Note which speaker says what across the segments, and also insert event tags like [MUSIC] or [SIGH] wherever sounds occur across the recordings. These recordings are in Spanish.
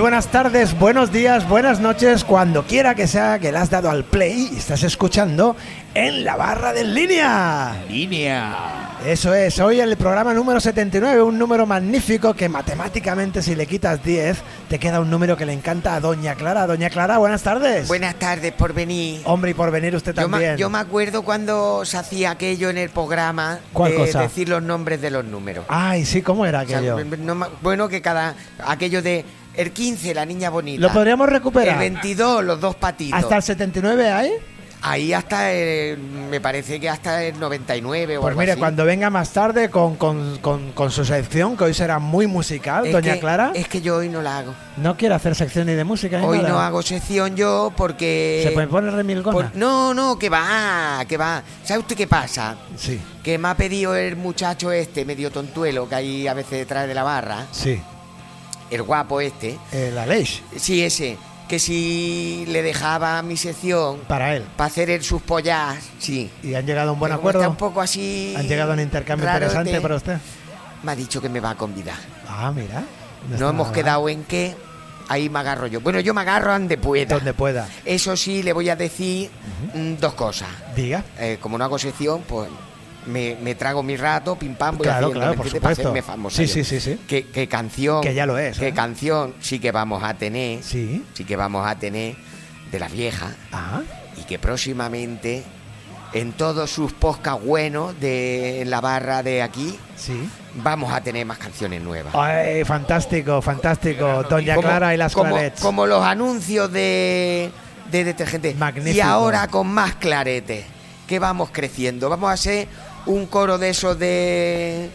Speaker 1: buenas tardes, buenos días, buenas noches, cuando quiera que sea que le has dado al play y estás escuchando en la barra de en línea.
Speaker 2: Línea.
Speaker 1: Eso es, hoy el programa número 79, un número magnífico que matemáticamente si le quitas 10 te queda un número que le encanta a Doña Clara. Doña Clara, buenas tardes.
Speaker 3: Buenas tardes por venir.
Speaker 1: Hombre, y por venir usted
Speaker 3: Yo
Speaker 1: también.
Speaker 3: me, yo me acuerdo cuando se hacía aquello en el programa
Speaker 1: ¿Cuál
Speaker 3: de
Speaker 1: cosa?
Speaker 3: decir los nombres de los números.
Speaker 1: Ay, sí, ¿cómo era
Speaker 3: O sea,
Speaker 1: aquello?
Speaker 3: me- no me- bueno, que cada. Aquello de. El 15, la niña bonita.
Speaker 1: Lo podríamos
Speaker 3: El
Speaker 1: recuperar.
Speaker 3: 22, los dos patitos.
Speaker 1: ¿Hasta el 79 hay?
Speaker 3: Ahí hasta. el- me parece que hasta el 99 o
Speaker 1: Pues
Speaker 3: algo
Speaker 1: mire,
Speaker 3: así.
Speaker 1: cuando venga más tarde con, con- con- con su sección, que hoy será muy musical,
Speaker 3: Es
Speaker 1: Doña
Speaker 3: que-
Speaker 1: Clara,
Speaker 3: Es que yo hoy no la hago.
Speaker 1: no quiere hacer sección ni de música. ni
Speaker 3: Hoy
Speaker 1: nada.
Speaker 3: no hago sección yo porque.
Speaker 1: ¿Se puede poner remilgona?
Speaker 3: por- no, no, que va, que va. ¿Sabe usted qué pasa?
Speaker 1: Sí,
Speaker 3: que me ha pedido el muchacho este, medio tontuelo, que hay a veces detrás de la barra,
Speaker 1: sí.
Speaker 3: el guapo este,
Speaker 1: Eh, la ley
Speaker 3: sí, ese, que si le dejaba mi sección
Speaker 1: para él.
Speaker 3: para hacer el sus pollas, sí.
Speaker 1: Y han llegado a un buen
Speaker 3: Pero como está
Speaker 1: acuerdo.
Speaker 3: un poco este- así.
Speaker 1: Han llegado a un intercambio
Speaker 3: rarote,
Speaker 1: interesante para usted.
Speaker 3: Me ha dicho que me va a convidar.
Speaker 1: Ah, mira.
Speaker 3: No hemos quedado en que ahí me agarro yo. Bueno, yo me agarro donde pueda.
Speaker 1: Donde pueda.
Speaker 3: Eso sí, le voy a decir mm, dos cosas.
Speaker 1: Diga.
Speaker 3: Eh, como no hago sección, pues me, me trago mi rato, pim pam, voy
Speaker 1: Claro,
Speaker 3: haciendo,
Speaker 1: claro,
Speaker 3: ¿me
Speaker 1: por
Speaker 3: entiendes? Para
Speaker 1: supuesto.
Speaker 3: hacerme famoso
Speaker 1: Sí,
Speaker 3: yo.
Speaker 1: sí, sí, sí.
Speaker 3: ¿Qué, qué canción?
Speaker 1: Que ya lo es,
Speaker 3: ¿Qué
Speaker 1: ¿eh?
Speaker 3: canción? Sí que vamos a tener. Sí.
Speaker 1: Sí.
Speaker 3: que vamos a tener de las viejas
Speaker 1: Ah,
Speaker 3: y que próximamente en todos sus podcasts buenos de la barra de aquí
Speaker 1: sí.
Speaker 3: vamos a tener más canciones nuevas.
Speaker 1: Ay, fantástico, fantástico. Doña Clara y las
Speaker 3: como,
Speaker 1: clarets.
Speaker 3: como los anuncios de, de detergente.
Speaker 1: Magnífico.
Speaker 3: Y ahora con más claretes, que vamos creciendo. Vamos a ser un coro de esos de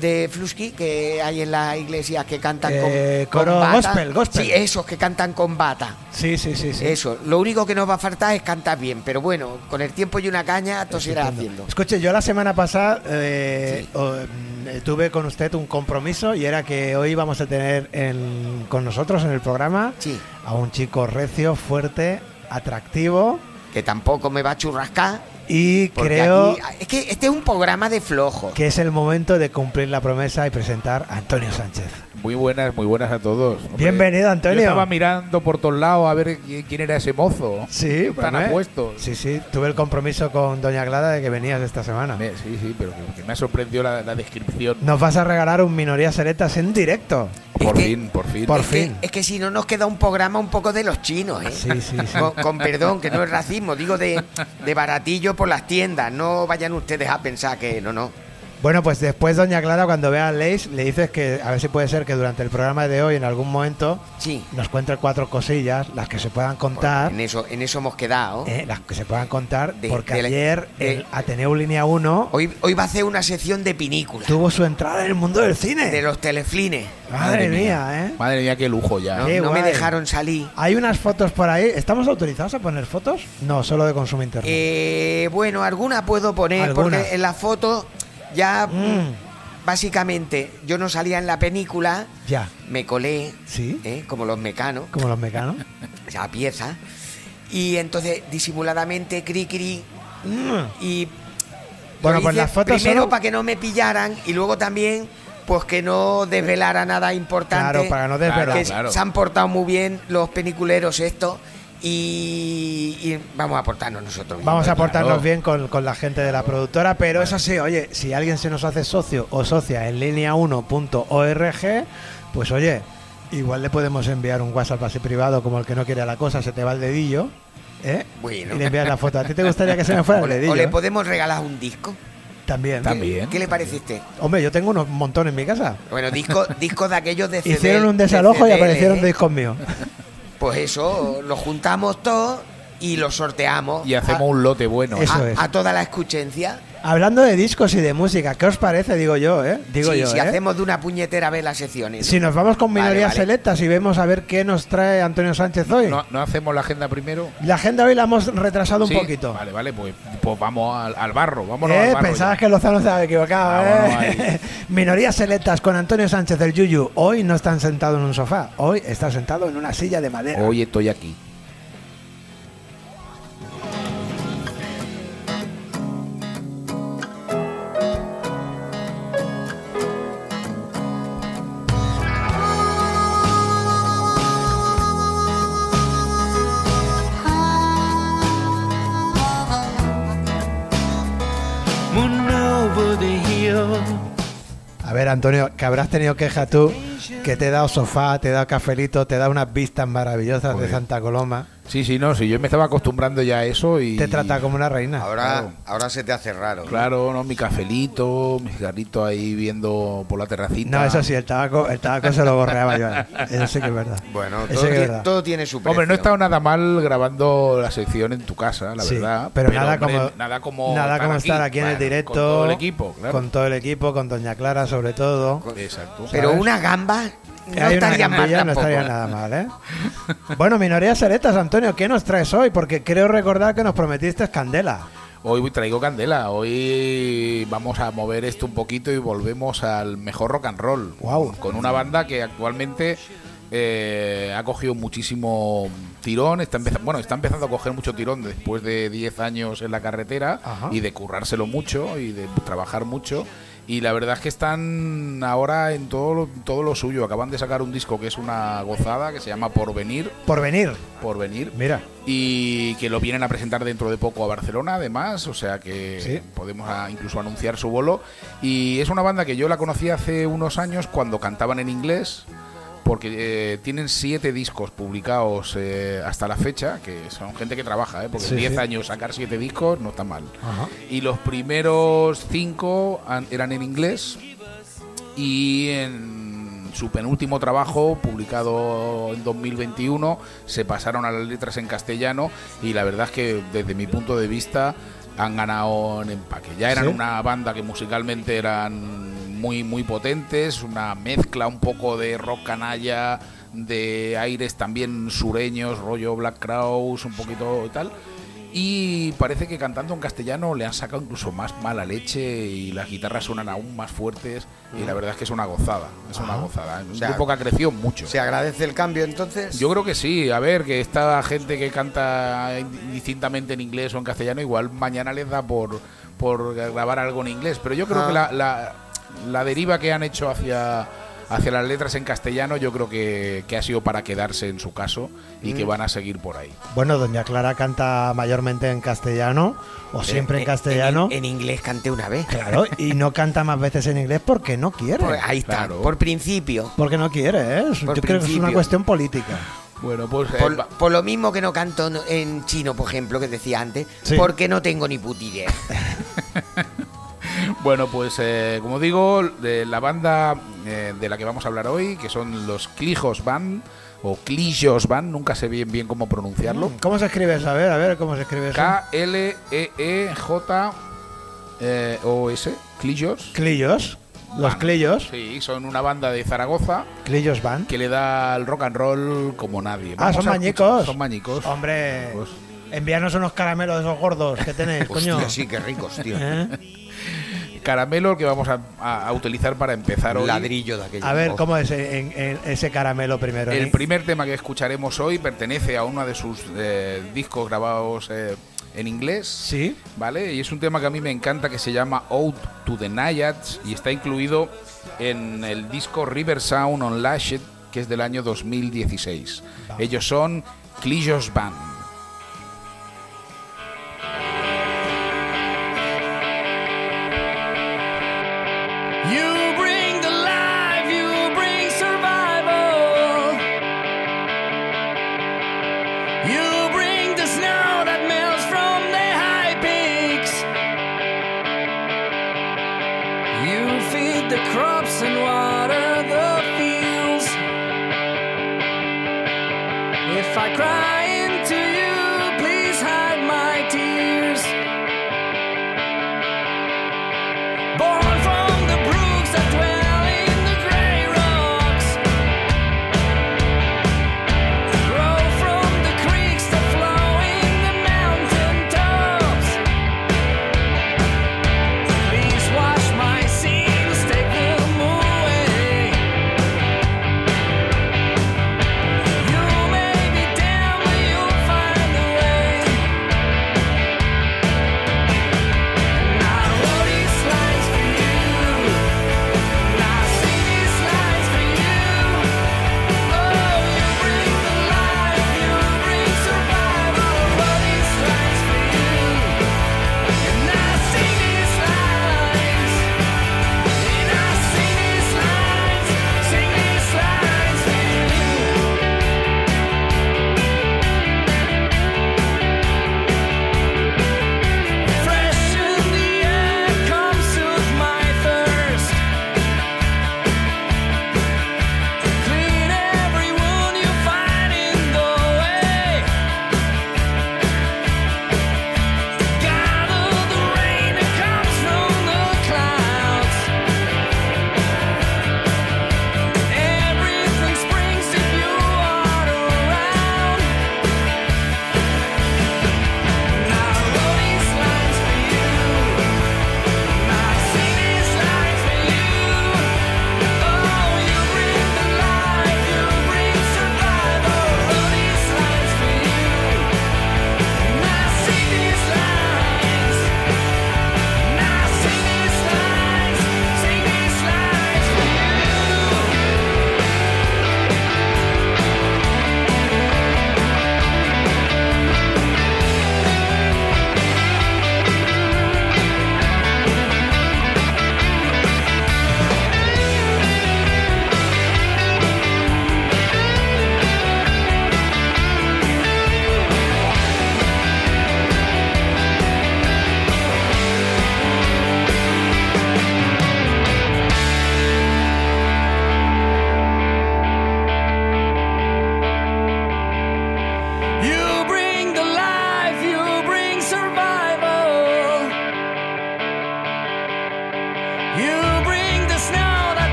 Speaker 3: de Flusky que hay en las iglesias que cantan
Speaker 1: Eh,
Speaker 3: con, con
Speaker 1: coro
Speaker 3: bata.
Speaker 1: gospel, gospel.
Speaker 3: Sí, esos que cantan con bata.
Speaker 1: Sí, sí, sí, sí.
Speaker 3: Eso, lo único que nos va a faltar es cantar bien, pero bueno, con el tiempo y una caña, esto se irá
Speaker 1: Entiendo.
Speaker 3: haciendo.
Speaker 1: Pues Escuche, yo la semana pasada eh, o, mm, eh, tuve con usted un compromiso y era que hoy vamos a tener en- con nosotros en el programa
Speaker 3: Sí.
Speaker 1: a un chico recio, fuerte, atractivo
Speaker 3: Que tampoco me va a churrascar,
Speaker 1: y
Speaker 3: porque
Speaker 1: creo
Speaker 3: aquí- es que este es un programa de flojos.
Speaker 1: que es el momento de cumplir la promesa y presentar a Antonio Sánchez.
Speaker 2: Muy buenas, muy buenas a todos. Hombre,
Speaker 1: Bienvenido, Antonio.
Speaker 2: Yo estaba mirando por todos lados a ver qui- quién era ese mozo.
Speaker 1: Sí,
Speaker 2: Tan
Speaker 1: pues, ¿eh?
Speaker 2: apuesto.
Speaker 1: Sí, sí, tuve el compromiso con Doña Glada de que venías esta semana.
Speaker 2: Me- Sí, sí, pero que, que me ha sorprendido la, la descripción.
Speaker 1: Nos vas a regalar un minoría selectas en directo.
Speaker 3: Es
Speaker 2: Por
Speaker 3: que-
Speaker 2: fin, por fin.
Speaker 1: Por
Speaker 3: es que-
Speaker 1: fin. Ah,
Speaker 3: es que si no nos queda un programa un poco de los chinos, ¿eh?
Speaker 1: Sí, sí, sí.
Speaker 3: [LAUGHS] Con, con perdón, que no es racismo, digo de, de baratillo por las tiendas. No vayan ustedes a pensar que no, no.
Speaker 1: Bueno, pues después Doña Clara, cuando vea a Leis, le dices que a ver si puede ser que durante el programa de hoy, en algún momento,
Speaker 3: Sí.
Speaker 1: nos cuente cuatro cosillas, las que se puedan contar,
Speaker 3: En eso, en eso hemos quedado.
Speaker 1: Ah. eh, las que se puedan contar,
Speaker 3: De-
Speaker 1: porque
Speaker 3: de la-
Speaker 1: ayer
Speaker 3: de-
Speaker 1: el Ateneo Línea 1
Speaker 3: Hoy, hoy va a hacer una sección de pinículas,
Speaker 1: tuvo su entrada en el mundo del cine.
Speaker 3: de los teleflines.
Speaker 1: Madre mía, ¿eh?
Speaker 2: Madre mía, qué lujo ya.
Speaker 3: No,
Speaker 1: Qué
Speaker 3: no me
Speaker 1: guay.
Speaker 3: dejaron salir.
Speaker 1: Hay unas fotos por ahí. ¿Estamos autorizados a poner fotos? No, solo de consumo interno.
Speaker 3: Eh, bueno, alguna puedo poner,
Speaker 1: Alguna.
Speaker 3: porque en la foto ya.
Speaker 1: Mm.
Speaker 3: Básicamente, yo no salía en la película,
Speaker 1: Ya.
Speaker 3: me colé,
Speaker 1: Sí.
Speaker 3: ¿eh? como los mecanos.
Speaker 1: Como los
Speaker 3: [LAUGHS]
Speaker 1: mecanos.
Speaker 3: esa pieza. Y entonces, disimuladamente, cri cri.
Speaker 1: Mm.
Speaker 3: Y.
Speaker 1: Bueno,
Speaker 3: lo
Speaker 1: pues
Speaker 3: hice
Speaker 1: las fotos
Speaker 3: Primero
Speaker 1: solo-
Speaker 3: para que no me pillaran y luego también, pues que no desvelara nada importante.
Speaker 1: Claro, para no desvelar.
Speaker 3: Ah, Que
Speaker 2: Claro.
Speaker 3: se han portado muy bien los peniculeros estos y, y vamos a portarnos nosotros. mismos.
Speaker 1: Vamos a portarnos
Speaker 2: Claro.
Speaker 1: bien con, con la gente de la productora, pero eso sí, oye, si alguien se nos hace socio o socia en línea1.org, pues oye, igual le podemos enviar un WhatsApp así privado como el que no quiere la cosa, se te va el dedillo, ¿eh?
Speaker 3: Bueno. pues,
Speaker 1: Y le envías la foto. ¿A ti te gustaría que se me fuera
Speaker 3: [LAUGHS] O
Speaker 1: el
Speaker 3: le,
Speaker 1: dedillo?
Speaker 3: o le
Speaker 1: eh?
Speaker 3: podemos regalar un disco.
Speaker 1: También.
Speaker 2: También.
Speaker 3: ¿Qué le parece a usted?
Speaker 1: Hombre, yo tengo unos montones en mi casa.
Speaker 3: Bueno, disco, disco de aquellos de CD,
Speaker 1: [LAUGHS] Hicieron un
Speaker 3: de
Speaker 1: desalojo y
Speaker 3: CDL,
Speaker 1: aparecieron
Speaker 3: ¿eh?
Speaker 1: discos míos.
Speaker 3: Pues eso, lo juntamos todo y lo sorteamos.
Speaker 2: Y hacemos un lote bueno. Ah,
Speaker 1: Eso.
Speaker 3: a,
Speaker 1: es.
Speaker 3: a toda la escuchencia.
Speaker 1: Hablando de discos y de música, ¿qué os parece? Digo yo, ¿eh? Digo
Speaker 3: si,
Speaker 1: yo,
Speaker 3: si
Speaker 1: ¿eh?
Speaker 3: hacemos de una puñetera vez las secciones.
Speaker 1: Si nos vamos con
Speaker 3: Vale,
Speaker 1: minorías
Speaker 3: vale.
Speaker 1: selectas y vemos a ver qué nos trae Antonio Sánchez hoy.
Speaker 2: ¿No, no hacemos la agenda primero?
Speaker 1: La agenda hoy la hemos retrasado
Speaker 2: Sí,
Speaker 1: un poquito.
Speaker 2: Vale, vale, pues, pues vamos al, al barro. Vámonos
Speaker 1: Eh,
Speaker 2: al barro
Speaker 1: pensabas
Speaker 2: ya. Ah,
Speaker 1: que Lozano se había equivocado,
Speaker 2: Vámonos
Speaker 1: ¿eh? [LAUGHS] Minorías selectas con Antonio Sánchez del Yuyu. Hoy no están sentados en un sofá, hoy está sentado en una silla de madera.
Speaker 2: Hoy estoy aquí.
Speaker 1: ver, Antonio, que habrás tenido queja tú, que te he dado sofá, te he dado cafelito, te he dado unas vistas maravillosas
Speaker 2: Joder.
Speaker 1: de Santa Coloma.
Speaker 2: Sí, sí, no, sí, yo me estaba acostumbrando ya a eso y...
Speaker 1: Te trata como una reina.
Speaker 4: Ahora, ahora se te hace raro.
Speaker 2: Claro, no, mi cafelito, mi cigarrito ahí viendo por la terracita.
Speaker 1: No, eso sí, el tabaco, el tabaco se lo borreaba
Speaker 2: [LAUGHS]
Speaker 1: yo. a él. Eso sí que es verdad.
Speaker 4: Bueno,
Speaker 1: Eso
Speaker 4: todo,
Speaker 1: sí que
Speaker 4: tie-
Speaker 1: es verdad.
Speaker 4: todo tiene su precio.
Speaker 2: Hombre, no he estado nada mal grabando la sección en tu casa, la
Speaker 1: Sí,
Speaker 2: verdad.
Speaker 1: Pero, nada,
Speaker 2: hombre,
Speaker 1: como,
Speaker 2: nada como
Speaker 1: nada como estar aquí en el
Speaker 2: claro,
Speaker 1: directo.
Speaker 2: Con todo el equipo, claro.
Speaker 1: Con todo el equipo, con Doña Clara sobre todo.
Speaker 2: Exacto.
Speaker 3: Pero
Speaker 1: ¿sabes?
Speaker 3: una gamba
Speaker 1: Que
Speaker 3: no
Speaker 1: hay una
Speaker 3: estaría mal
Speaker 1: gambilla, no
Speaker 3: tampoco.
Speaker 1: estaría nada mal, ¿eh? bueno, minorías heretas, Antonio, ¿qué nos traes hoy? Porque creo recordar que nos prometiste candela.
Speaker 2: Hoy traigo candela, hoy vamos a mover esto un poquito y volvemos al mejor rock and roll.
Speaker 1: Guau.
Speaker 2: Con una banda que actualmente eh, ha cogido muchísimo tirón, está empezando, bueno, está empezando a coger mucho tirón después de 10 años en la carretera
Speaker 1: Ajá.
Speaker 2: y de currárselo mucho y de trabajar mucho. Y la verdad es que están ahora en todo lo, todo lo suyo. Acaban de sacar un disco que es una gozada, que se llama Porvenir.
Speaker 1: Por venir.
Speaker 2: Porvenir
Speaker 1: Mira,
Speaker 2: y que lo vienen a presentar dentro de poco a Barcelona, además, o sea que
Speaker 1: Sí.
Speaker 2: podemos ah, incluso anunciar su bolo. Y es una banda que yo la conocí hace unos años cuando cantaban en inglés, porque eh, tienen siete discos publicados eh, hasta la fecha, que son gente que trabaja, ¿eh? porque
Speaker 1: Sí,
Speaker 2: en 10
Speaker 1: sí.
Speaker 2: años sacar siete discos no está mal.
Speaker 1: Ajá.
Speaker 2: Y los primeros cinco an- eran en inglés, y en su penúltimo trabajo, publicado en 2021, se pasaron a las letras en castellano y la verdad es que desde mi punto de vista han ganado en empaque. Ya eran
Speaker 1: ¿Sí?
Speaker 2: una banda que musicalmente eran muy muy potentes, una mezcla un poco de rock canalla, de aires también sureños, rollo Black Crowes, un poquito y tal. Y parece que cantando en castellano le han sacado incluso más mala leche y las guitarras suenan aún más fuertes. Y la verdad es que es una gozada. Es una gozada. Es un
Speaker 4: sea,
Speaker 2: grupo que ha crecido mucho.
Speaker 4: ¿Se agradece el cambio entonces?
Speaker 2: Yo creo que sí. A ver, que esta gente que canta indistintamente en inglés o en castellano, igual mañana les da por, por grabar algo en inglés. Pero yo creo
Speaker 4: Ah.
Speaker 2: que la, la- la deriva que han hecho hacia, hacia las letras en castellano, yo creo que, que ha sido para quedarse en su caso y que van a seguir por ahí.
Speaker 1: bueno, Doña Clara canta mayormente en castellano o siempre en
Speaker 3: Eh,
Speaker 1: castellano.
Speaker 3: En, en inglés canté una vez.
Speaker 1: Claro, y no canta más veces en inglés porque no quiere.
Speaker 3: Por- ahí está,
Speaker 2: Claro.
Speaker 3: por principio.
Speaker 1: Porque no quiere, ¿eh? Yo
Speaker 3: Pues, Por
Speaker 1: creo que es una
Speaker 3: principio.
Speaker 1: cuestión política.
Speaker 2: Bueno, pues eh,
Speaker 3: Por,
Speaker 2: va- [CLEARS THROAT]
Speaker 3: por lo mismo que no canto no- en chino, por ejemplo, que decía antes,
Speaker 1: Sí.
Speaker 3: porque no tengo ni puta idea.
Speaker 2: Bueno, pues eh, como digo, de la banda eh, de la que vamos a hablar hoy, que son los Clijos Van, o Clijos Van, nunca sé bien bien cómo pronunciarlo.
Speaker 1: ¿Cómo se escribe eso? A ver, a ver, ¿cómo se escribe eso?
Speaker 2: E K-L-E-E-J-O-S, eh, Clijos.
Speaker 1: Clillos. Los
Speaker 2: Van.
Speaker 1: clillos.
Speaker 2: Sí, son una banda de Zaragoza
Speaker 1: Clillos van.
Speaker 2: que le da al rock and roll como nadie.
Speaker 1: Ah, son Ah,
Speaker 2: a escuchar-
Speaker 1: mañicos.
Speaker 2: Son mañicos.
Speaker 1: Hombre,
Speaker 2: Pues-
Speaker 1: envíanos unos caramelos de esos gordos que tenéis, coño.
Speaker 4: Hostia, sí, qué ricos, tío.
Speaker 1: ¿Eh?
Speaker 2: Caramelo que vamos a, a- a utilizar para empezar hoy.
Speaker 4: Ladrillo de aquello.
Speaker 1: A ver,
Speaker 4: Oh.
Speaker 1: ¿cómo es en- en- ese caramelo primero? eh?
Speaker 2: El
Speaker 1: Ni-
Speaker 2: primer tema que escucharemos hoy pertenece a uno de sus eh, discos grabados eh, en inglés.
Speaker 1: Sí.
Speaker 2: ¿Vale? Y es un tema que a mí me encanta que se llama Out to the Naiads y está incluido en el disco River Sound on Lashed, que es del año 2016. Ellos son Clijos Band.
Speaker 5: You bring the life, you bring survival. You bring the snow that melts from the high peaks. You feed the crops and water the fields. If I cry into you, please hide my tears. Born from the brooks that dwell in the grey rocks, grow from the creeks that flow in the mountain tops. Please wash my sins, take them away. You may be down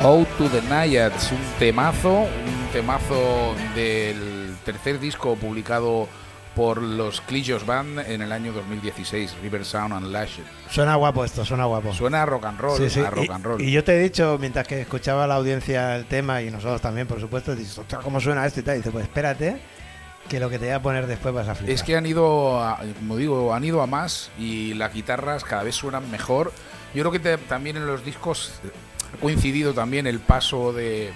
Speaker 2: Out to the Naiads, un temazo, un temazo del tercer disco publicado por los Clillos Band en el año 2016, River Sound and Lashed.
Speaker 1: Suena guapo esto, suena guapo.
Speaker 2: Suena a rock and roll,
Speaker 1: Sí, sí.
Speaker 2: a rock
Speaker 1: Y-
Speaker 2: and roll.
Speaker 1: Y, yo te he dicho, mientras que escuchaba la audiencia el tema, y nosotros también, por supuesto, dices, "Ostras, ¿cómo suena esto? Y tal, y dice, pues espérate, que lo que te voy a poner después vas a flipar.
Speaker 2: Es que han ido, a- como digo, han ido a más y las guitarras cada vez suenan mejor. Yo creo que te- también en los discos ha coincidido también el paso de,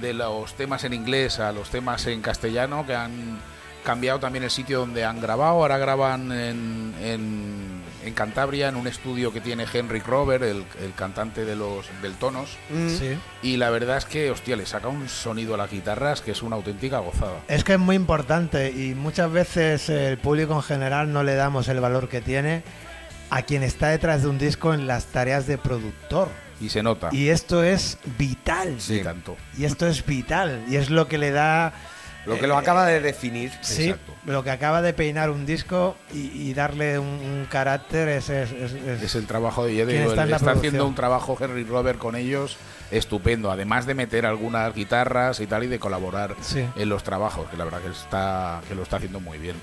Speaker 2: de los temas en inglés a los temas en castellano, que han cambiado también el sitio donde han grabado. Ahora graban en, en- en Cantabria, en un estudio que tiene Henry Robert, el, el cantante de los del Tonos.
Speaker 1: Sí.
Speaker 2: Y la verdad es que, hostia, le saca un sonido a las guitarras que es una auténtica gozada.
Speaker 1: Es que es muy importante y muchas veces el público en general no le damos el valor que tiene a quien está detrás de un disco en las tareas de productor.
Speaker 2: Y se nota.
Speaker 4: Ah.
Speaker 1: Y esto es vital.
Speaker 2: sí, tanto.
Speaker 1: Y esto es vital. Y es lo que le da eh,
Speaker 4: Lo que lo acaba de definir.
Speaker 1: Sí,
Speaker 2: Exacto.
Speaker 1: lo que acaba de peinar un disco y, y darle un, un carácter es, es- es- es-
Speaker 2: Es el trabajo de ya
Speaker 1: ¿Quién
Speaker 2: digo,
Speaker 1: está en
Speaker 2: él
Speaker 1: la
Speaker 2: está haciendo
Speaker 1: producción?
Speaker 2: un trabajo Henry Robert con ellos estupendo, además de meter algunas guitarras y tal y de colaborar
Speaker 1: Sí.
Speaker 2: en los trabajos, que la verdad que está que lo está haciendo muy bien.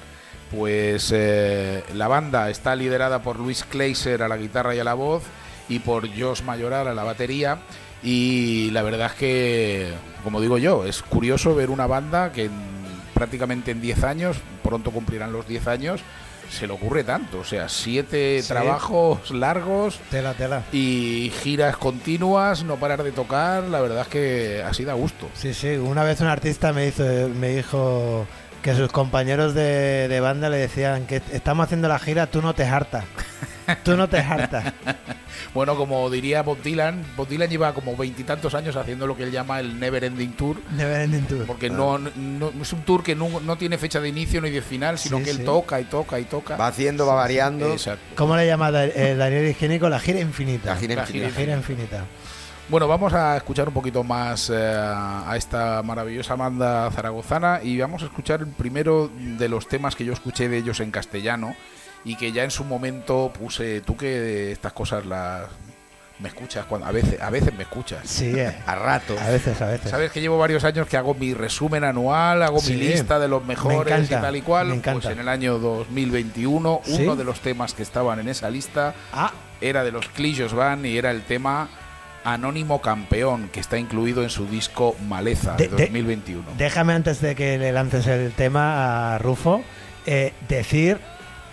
Speaker 2: Pues eh, la banda está liderada por Luis Kleiser a la guitarra y a la voz y por Josh Mayoral a la batería y la verdad es que como digo yo, es curioso ver una banda que en- prácticamente en 10 años, pronto cumplirán los 10 años, se le ocurre tanto, o sea, siete
Speaker 1: Sí.
Speaker 2: trabajos largos
Speaker 1: tela, tela.
Speaker 2: y giras continuas, no parar de tocar, la verdad es que así da gusto.
Speaker 1: Sí, sí, una vez un artista me, hizo, me dijo que sus compañeros de, de banda le decían que estamos haciendo la gira, tú no te hartas. Tú no te hartas.
Speaker 2: Bueno, como diría Bob Dylan, Bob Dylan lleva como veintitantos años haciendo lo que él llama el Never Ending Tour,
Speaker 1: Never Ending Tour.
Speaker 2: porque no,
Speaker 1: Ah.
Speaker 2: no- es un tour que no, no tiene fecha de inicio ni de final, sino
Speaker 1: Sí,
Speaker 2: que él
Speaker 1: sí.
Speaker 2: toca y toca y toca.
Speaker 4: Va haciendo, va variando.
Speaker 2: Exacto.
Speaker 1: ¿Cómo le llama Da- eh, Daniel Higiénico? La gira infinita.
Speaker 4: La gira
Speaker 2: La
Speaker 4: infinita.
Speaker 1: La gira infinita.
Speaker 2: Bueno, vamos a escuchar un poquito más eh, a esta maravillosa banda zaragozana y vamos a escuchar el primero de los temas que yo escuché de ellos en castellano y que ya en su momento puse, tú que estas cosas las me escuchas cuando a veces a veces me escuchas.
Speaker 1: Sí,
Speaker 2: [LAUGHS]
Speaker 1: eh,
Speaker 4: A ratos.
Speaker 1: a veces, a veces.
Speaker 2: Sabes que llevo varios años que hago mi resumen anual, hago
Speaker 1: Sí.
Speaker 2: mi lista de los mejores
Speaker 1: encanta,
Speaker 2: y tal y cual.
Speaker 1: me encanta.
Speaker 2: Pues en el año 2021
Speaker 1: ¿Sí?
Speaker 2: uno de los temas que estaban en esa lista
Speaker 1: Ah,
Speaker 2: era de los Clillos Van y era el tema Anónimo Campeón, que está incluido en su disco Maleza de,
Speaker 1: De- de-
Speaker 2: 2021.
Speaker 1: Déjame antes de que le lances el tema a Rufo, eh, decir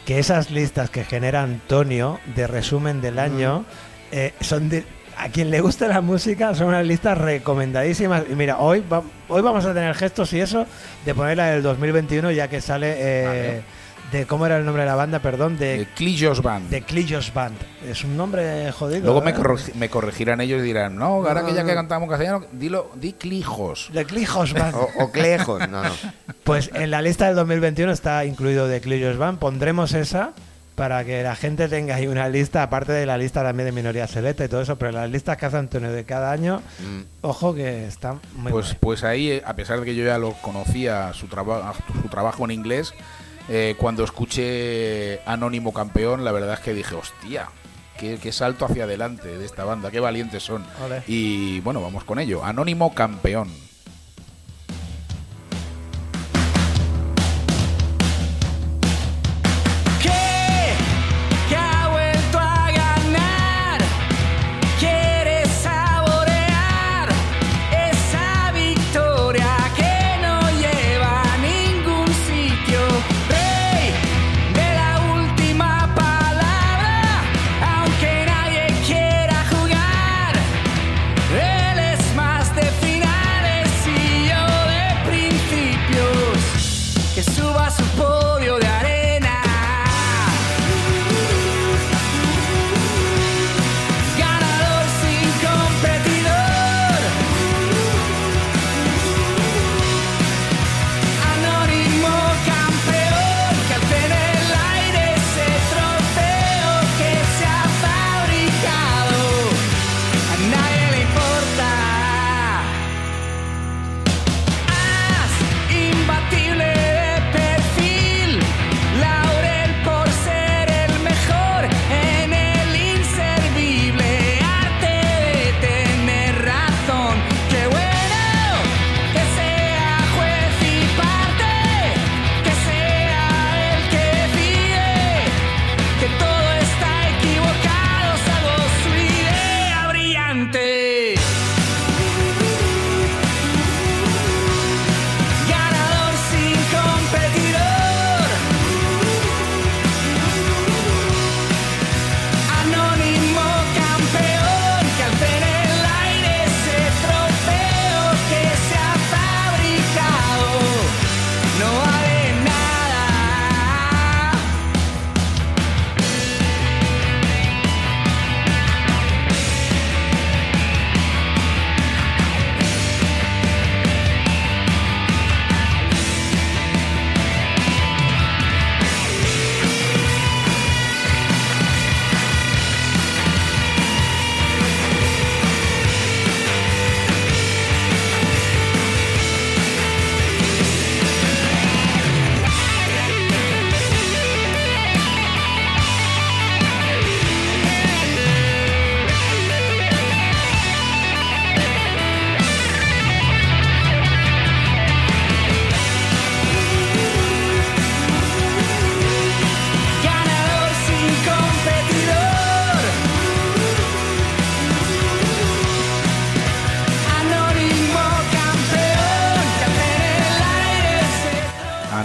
Speaker 1: que esas listas que genera Antonio de resumen
Speaker 2: Mm.
Speaker 1: del año eh, son de, a quien le gusta la música son unas listas recomendadísimas. Y mira, hoy, va- hoy vamos a tener gestos y eso de poner la del 2021 ya que sale eh,
Speaker 2: Vale.
Speaker 1: de cómo era el nombre de la banda, perdón,
Speaker 2: de
Speaker 1: de,
Speaker 2: Eh, Clillos Van.
Speaker 1: de Clillos Band. Es un nombre jodido.
Speaker 2: Luego me,
Speaker 1: ¿eh?
Speaker 2: corregi- me corregirán ellos y dirán, no, ahora que ya que cantamos castellano, dilo, di Clijos.
Speaker 1: De Clijos Band.
Speaker 2: Oh,
Speaker 4: O, o clejos. No, no.
Speaker 1: Pues en la lista del 2021 está incluido de Clillos Van. Pondremos esa para que la gente tenga ahí una lista, aparte de la lista también de minoría selecta y todo eso, pero las listas que hace Antonio de cada año, ojo que están muy
Speaker 2: Mm. Pues,
Speaker 1: guay.
Speaker 2: pues ahí, eh, a pesar de que yo ya lo conocía, su, traba- su trabajo en inglés, eh, cuando escuché Anónimo Campeón, la verdad es que dije, hostia, qué, qué salto hacia adelante de esta banda, qué valientes son.
Speaker 1: Ole.
Speaker 2: Y bueno, vamos con ello. Anónimo Campeón.
Speaker 5: ¿Qué? Que ha vuelto a ganar. Quiere saborear esa victoria que no lleva a ningún sitio. Rey de la última palabra, aunque nadie quiera jugar. Él es más de finales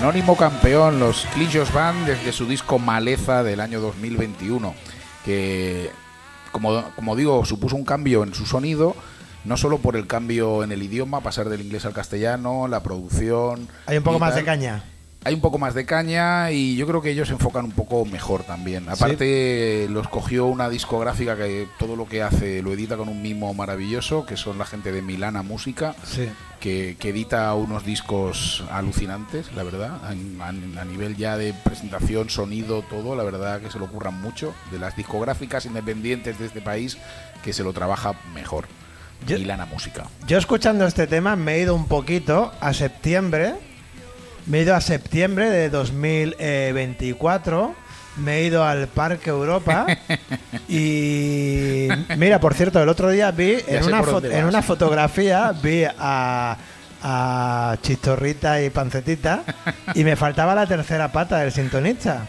Speaker 2: ánimo campeón, los Clichos Van desde su disco Maleza del año 2021, que como, como digo, supuso un cambio en su sonido, no solo por el cambio en el idioma, pasar del inglés al castellano, la producción.
Speaker 1: Hay un poco
Speaker 2: y
Speaker 1: más de
Speaker 2: tal.
Speaker 1: caña.
Speaker 2: Hay un poco más de caña y yo creo que ellos se enfocan un poco mejor también. Aparte, los cogió una discográfica que todo lo que hace lo edita con un mimo maravilloso, que son la gente de Milana Música
Speaker 1: Sí.
Speaker 2: que, que edita unos discos alucinantes, la verdad, a, a- a nivel ya de presentación, sonido, todo, la verdad que se lo curran mucho, de las discográficas independientes de este país, que se lo trabaja mejor.
Speaker 1: Yo-
Speaker 2: Y Lana Música.
Speaker 1: Yo escuchando este tema me he ido un poquito a septiembre. Me he ido a septiembre de 2024. Me he ido al
Speaker 2: [LAUGHS]
Speaker 1: Parque Europa. y mira, por cierto, el otro día vi en,
Speaker 2: sé
Speaker 1: una,
Speaker 2: por
Speaker 1: fo-
Speaker 2: dónde
Speaker 1: en
Speaker 2: vas.
Speaker 1: una fotografía vi a, a Chistorrita y Pancetita y me faltaba la tercera pata del sintonista.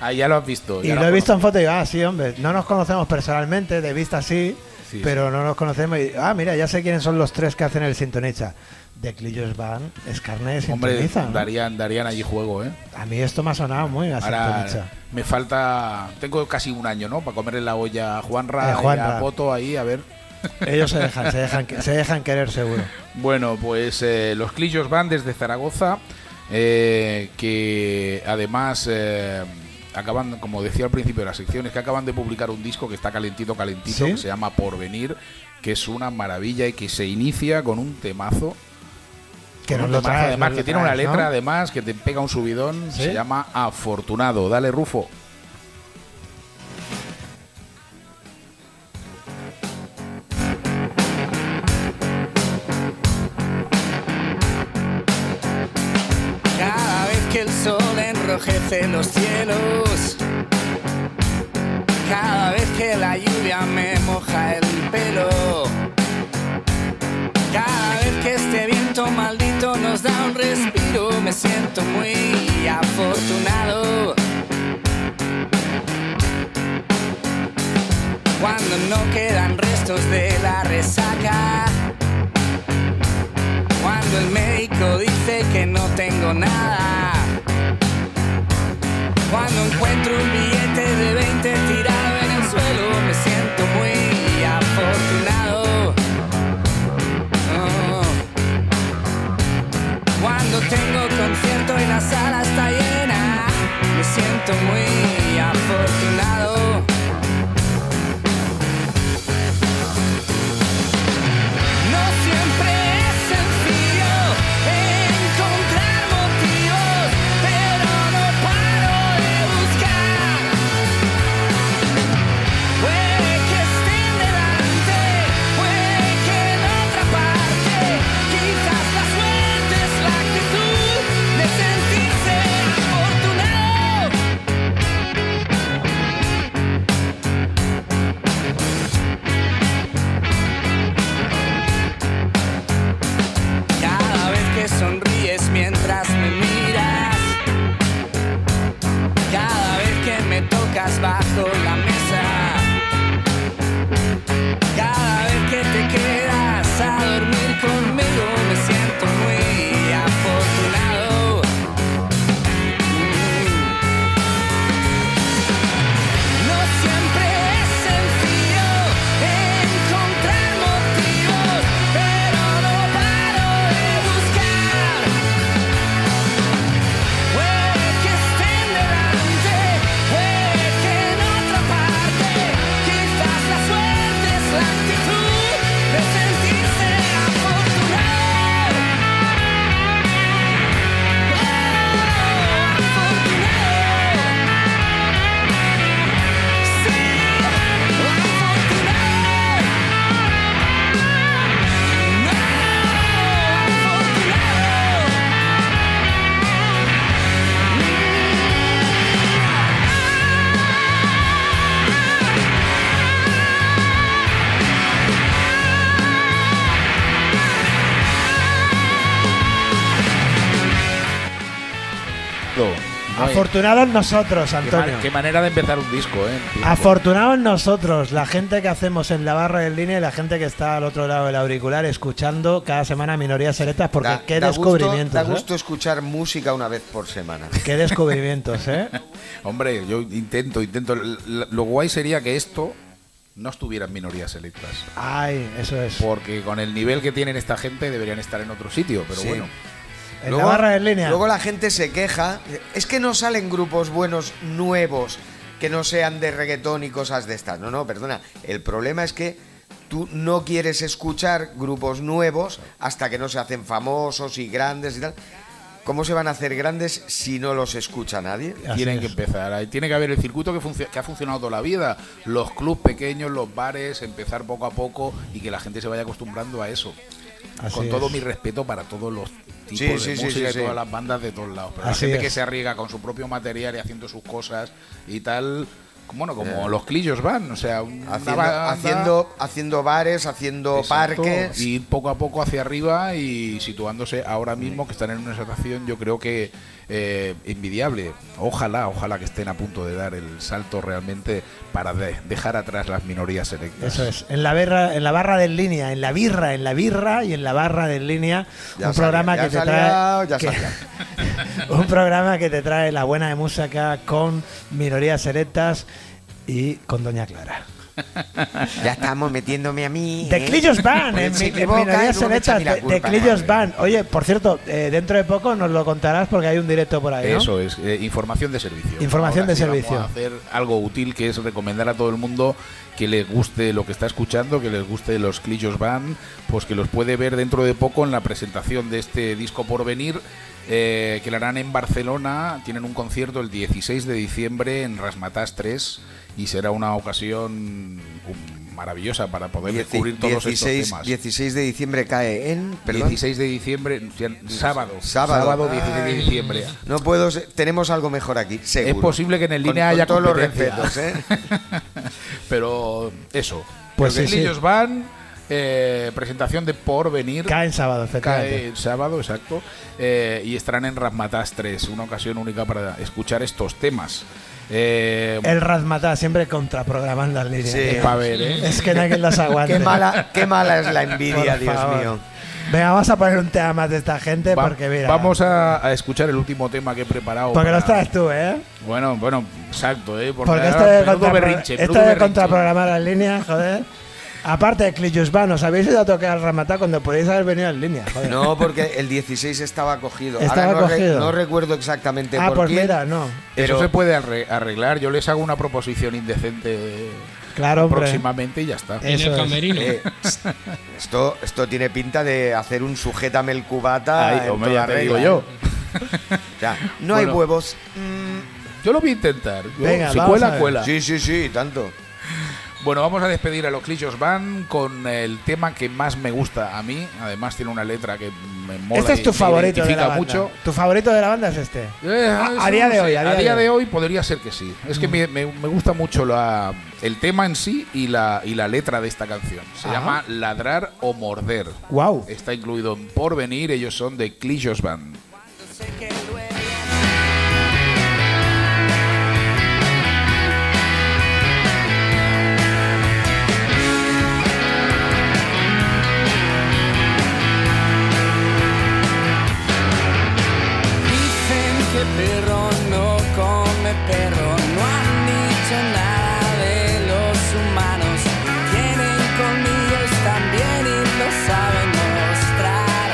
Speaker 2: Ah, ya lo has visto.
Speaker 1: Y
Speaker 2: ya
Speaker 1: lo
Speaker 2: la
Speaker 1: he visto en
Speaker 2: conozco.
Speaker 1: foto y digo, ah, sí, hombre, no nos conocemos personalmente, de vista sí,
Speaker 2: Sí,
Speaker 1: pero no nos conocemos. Y, ah, mira, ya sé quiénes son los tres que hacen el sintoniza. De Clillos Van, Escarne,
Speaker 2: Hombre,
Speaker 1: Sintoniza. ¿no?
Speaker 2: darían, darían allí juego, ¿eh?
Speaker 1: A mí esto me ha sonado muy a
Speaker 2: Ahora
Speaker 1: Sintoniza.
Speaker 2: [LAUGHS] me falta. Tengo casi un año, ¿no? Para comerle la olla a Juanra,
Speaker 1: Eh, Juanra.
Speaker 2: y a Poto ahí, a ver.
Speaker 1: Ellos se dejan, se dejan, que- se dejan querer seguro.
Speaker 2: Bueno, pues eh, los Clillos van desde Zaragoza, eh, que además eh, acaban, como decía al principio de las secciones, que acaban de publicar un disco que está calentito, calentito,
Speaker 1: ¿Sí?
Speaker 2: que se llama Porvenir, que es una maravilla y que se inicia con un temazo.
Speaker 1: Que
Speaker 2: con
Speaker 1: nos
Speaker 2: un
Speaker 1: lo
Speaker 2: temazo,
Speaker 1: traes,
Speaker 2: además,
Speaker 1: nos
Speaker 2: que
Speaker 1: lo
Speaker 2: tiene una
Speaker 1: traes, ¿no?
Speaker 2: letra, además, que te pega un subidón,
Speaker 1: ¿Sí?
Speaker 2: se llama Afortunado. Dale, Rufo.
Speaker 5: Cada vez que el sol enrojece los cielos, cada vez que la lluvia me moja el pelo, cada vez que este viento maldito nos da un respiro, me siento muy afortunado. Cuando no quedan restos de la resaca, cuando el médico dice que no tengo nada. Cuando encuentro un billete de 20 tirado en el suelo, me siento muy afortunado. Oh. Cuando tengo concierto y la sala está llena, me siento muy afortunado. No siempre es sencillo encontrar motivos, pero no paro de buscar. Puede que estén delante, puede que en otra parte. Quizás la suerte es la actitud de sentirse afortunado. Cada vez que sonríes mientras me miras. Cada vez que me tocas bajo la mesa. Cada vez que te quedas a dormir conmigo me siento muy afortunado. Mm. No siempre es sencillo encontrar motivos, pero no paro de buscar. Puede que estén delante, puede que en otra parte.
Speaker 1: Afortunados nosotros,
Speaker 2: Qué, ma-
Speaker 1: Antonio.
Speaker 2: qué manera de empezar un disco, ¿eh?
Speaker 1: Afortunados nosotros, la gente que hacemos en la barra en línea y la gente que está al otro lado del auricular escuchando cada semana minorías selectas, porque
Speaker 4: Da-
Speaker 1: qué
Speaker 4: da gusto-
Speaker 1: descubrimientos.
Speaker 4: Da
Speaker 1: ¿eh?
Speaker 4: gusto escuchar música una vez por semana.
Speaker 1: Qué descubrimientos, ¿eh?
Speaker 2: Hombre, yo intento, intento. L- l- Lo guay sería que esto no estuviera en minorías selectas.
Speaker 1: Ay, eso es.
Speaker 4: Pues,
Speaker 2: Porque con el nivel que tienen esta gente deberían estar en otro sitio, pero
Speaker 4: Sí.
Speaker 2: bueno.
Speaker 1: En la barra en línea.
Speaker 4: Luego la gente se queja. Es que no salen grupos buenos nuevos que no sean de reggaetón y cosas de estas. No, no, perdona. El problema es que tú no quieres escuchar grupos nuevos hasta que no se hacen famosos y grandes y tal. ¿Cómo se van a hacer grandes si no los escucha nadie?
Speaker 1: Así
Speaker 2: Tienen que
Speaker 1: es.
Speaker 2: empezar. Ahí Tiene que haber el circuito que, funcio- que ha funcionado toda la vida. Los clubs pequeños, los bares, empezar poco a poco y que la gente se vaya acostumbrando a eso.
Speaker 1: Así
Speaker 2: con todo
Speaker 1: es.
Speaker 2: mi respeto para todos los tipos
Speaker 4: Sí,
Speaker 2: de
Speaker 4: sí, sí,
Speaker 2: música y
Speaker 4: sí, sí.
Speaker 2: todas las bandas de todos lados. Pero
Speaker 1: Así
Speaker 2: la gente
Speaker 1: es.
Speaker 2: que se arriesga con su propio material y haciendo sus cosas y tal. Bueno, como los clillos van, o sea, una
Speaker 4: Eh. Haciendo,
Speaker 2: banda-
Speaker 4: haciendo, haciendo bares, haciendo
Speaker 2: Exacto, [LAUGHS]
Speaker 4: parques.
Speaker 2: y ir poco a poco hacia arriba y situándose ahora mismo que están en una situación yo creo que eh, envidiable. Ojalá, ojalá que estén a punto de dar el salto realmente para de- dejar atrás las minorías selectas.
Speaker 1: Eso es, en la, berra, en la barra de en línea, en la birra, en la birra y en la barra de en línea,
Speaker 4: Ya
Speaker 1: un
Speaker 4: se ha
Speaker 1: programa
Speaker 4: liado,
Speaker 1: que
Speaker 4: ya
Speaker 1: te
Speaker 4: se ha liado,
Speaker 1: trae
Speaker 4: ya se ha
Speaker 1: que-
Speaker 4: liado.
Speaker 1: [LAUGHS] un programa que te trae la buena de música con minorías selectas y con Doña Clara.
Speaker 3: Ya estamos metiéndome a mí.
Speaker 1: De
Speaker 3: ¿eh?
Speaker 1: Clillos
Speaker 4: [LAUGHS]
Speaker 1: Van,
Speaker 3: Pues
Speaker 1: en,
Speaker 3: se
Speaker 1: mi- en
Speaker 3: equivoca y
Speaker 1: minorías
Speaker 3: luego me echa
Speaker 1: selectas
Speaker 3: a mí la
Speaker 1: de, de
Speaker 3: culpa,
Speaker 1: Clillos
Speaker 3: madre.
Speaker 1: Van. Oye, por cierto, eh, dentro de poco nos lo contarás porque hay un directo por ahí, ¿no?
Speaker 2: Eso es, eh, información de servicio.
Speaker 1: Información
Speaker 2: Ahora
Speaker 1: de
Speaker 2: sí vamos
Speaker 1: servicio.
Speaker 2: a hacer algo útil que es recomendar a todo el mundo que les guste lo que está escuchando, que les guste los Clillos Van, pues que los puede ver dentro de poco en la presentación de este disco por venir. eh, que la harán en Barcelona, tienen un concierto el 16 de diciembre en Rasmatas 3 y será una ocasión um, maravillosa para poder
Speaker 4: Dieci-
Speaker 2: descubrir todos estos
Speaker 4: 16,
Speaker 2: temas.
Speaker 4: 16 de diciembre cae en. Perdón.
Speaker 2: 16 de diciembre, o sea, sábado,
Speaker 4: Sábado.
Speaker 2: 16 de
Speaker 4: Ay.
Speaker 2: diciembre.
Speaker 4: No puedo. ser- Tenemos algo mejor aquí, seguro.
Speaker 2: Es posible que en el
Speaker 4: Con-
Speaker 2: línea
Speaker 4: con
Speaker 2: haya
Speaker 4: todos los
Speaker 2: competencia. [LAUGHS]
Speaker 4: respetos, ¿eh?
Speaker 2: Pero eso.
Speaker 1: Pues
Speaker 2: Pues
Speaker 1: sí, sí.
Speaker 2: ellos van. eh, presentación de Porvenir.
Speaker 1: Cae en sábado,
Speaker 2: Cae
Speaker 1: efectivamente.
Speaker 2: el sábado, exacto. eh, y estarán en Rasmatas 3. Una ocasión única para escuchar estos temas. Eh,
Speaker 1: El Razmatá siempre contraprogramando las líneas.
Speaker 4: Sí.
Speaker 1: tío.
Speaker 2: pa' ver, ¿eh?
Speaker 1: Es que no hay
Speaker 2: [LAUGHS]
Speaker 1: quien las aguante.
Speaker 4: Qué mala, qué mala es la
Speaker 1: Por
Speaker 4: envidia, Dios
Speaker 1: favor.
Speaker 4: mío.
Speaker 1: Venga, vamos a poner un tema más de esta gente
Speaker 2: Va-
Speaker 1: porque mira.
Speaker 2: Vamos a, a escuchar el último tema que he preparado.
Speaker 1: Porque
Speaker 2: para-
Speaker 1: lo traes tú, ¿eh?
Speaker 2: Bueno, bueno, exacto, ¿eh? Porque,
Speaker 1: Porque esto
Speaker 2: ahora,
Speaker 1: de,
Speaker 2: menudo
Speaker 1: contrapro-
Speaker 2: berrinche,
Speaker 1: esto
Speaker 2: menudo
Speaker 1: de
Speaker 2: berrinche.
Speaker 1: contraprogramar las líneas, joder. Aparte de Clillos Van, ¿os habéis ido a tocar al Ramatá cuando podéis haber venido en línea? Joder.
Speaker 4: No, porque el 16 estaba cogido.
Speaker 1: Estaba
Speaker 4: Ahora no, re-
Speaker 1: cogido.
Speaker 4: no recuerdo exactamente
Speaker 1: ah,
Speaker 4: por
Speaker 1: pues
Speaker 4: quién.
Speaker 1: mira, no.
Speaker 2: Eso
Speaker 4: pero-
Speaker 2: se puede arre- arreglar. Yo les hago una proposición indecente
Speaker 1: Claro, hombre.
Speaker 2: próximamente y ya está.
Speaker 1: Eh,
Speaker 6: En
Speaker 1: Eso
Speaker 6: el
Speaker 1: es.
Speaker 6: camerino.
Speaker 4: Eh, esto, esto tiene pinta de hacer un sujétame el cubata.
Speaker 2: Ahí,
Speaker 4: en
Speaker 2: hombre,
Speaker 4: toda
Speaker 2: ya te
Speaker 4: regla,
Speaker 2: digo yo.
Speaker 4: ¿eh? O [LAUGHS] sea, no hay
Speaker 2: Bueno.
Speaker 4: huevos.
Speaker 2: Yo lo voy a intentar. Yo,
Speaker 1: ¿eh? Venga,
Speaker 2: si
Speaker 1: vamos a
Speaker 2: cuela,
Speaker 1: ver.
Speaker 2: cuela.
Speaker 4: Sí, sí, sí, tanto.
Speaker 2: Bueno, vamos a despedir a los Clichos Van con el tema que más me gusta a mí. Además, tiene una letra que me mola.
Speaker 1: este es
Speaker 2: y
Speaker 1: tu
Speaker 2: me
Speaker 1: favorito de la
Speaker 2: identifica
Speaker 1: banda.
Speaker 2: mucho.
Speaker 1: Tu favorito de la banda es este.
Speaker 2: Eh,
Speaker 1: A-
Speaker 2: eso
Speaker 1: a día
Speaker 2: no
Speaker 1: de
Speaker 2: sé.
Speaker 1: hoy, Mm. a día de
Speaker 2: de hoy podría ser que sí. Es que me, me- me gusta mucho la, el tema en sí y la, y la letra de esta canción. Se
Speaker 1: Ajá.
Speaker 2: llama Ladrar o Morder.
Speaker 1: Wow.
Speaker 2: Está incluido en Porvenir. Ellos son de Clichos Van.
Speaker 5: Sé que duele. Dicen que perro no come perro, no han dicho nada de los humanos. Tienen colmillos también y lo saben mostrar.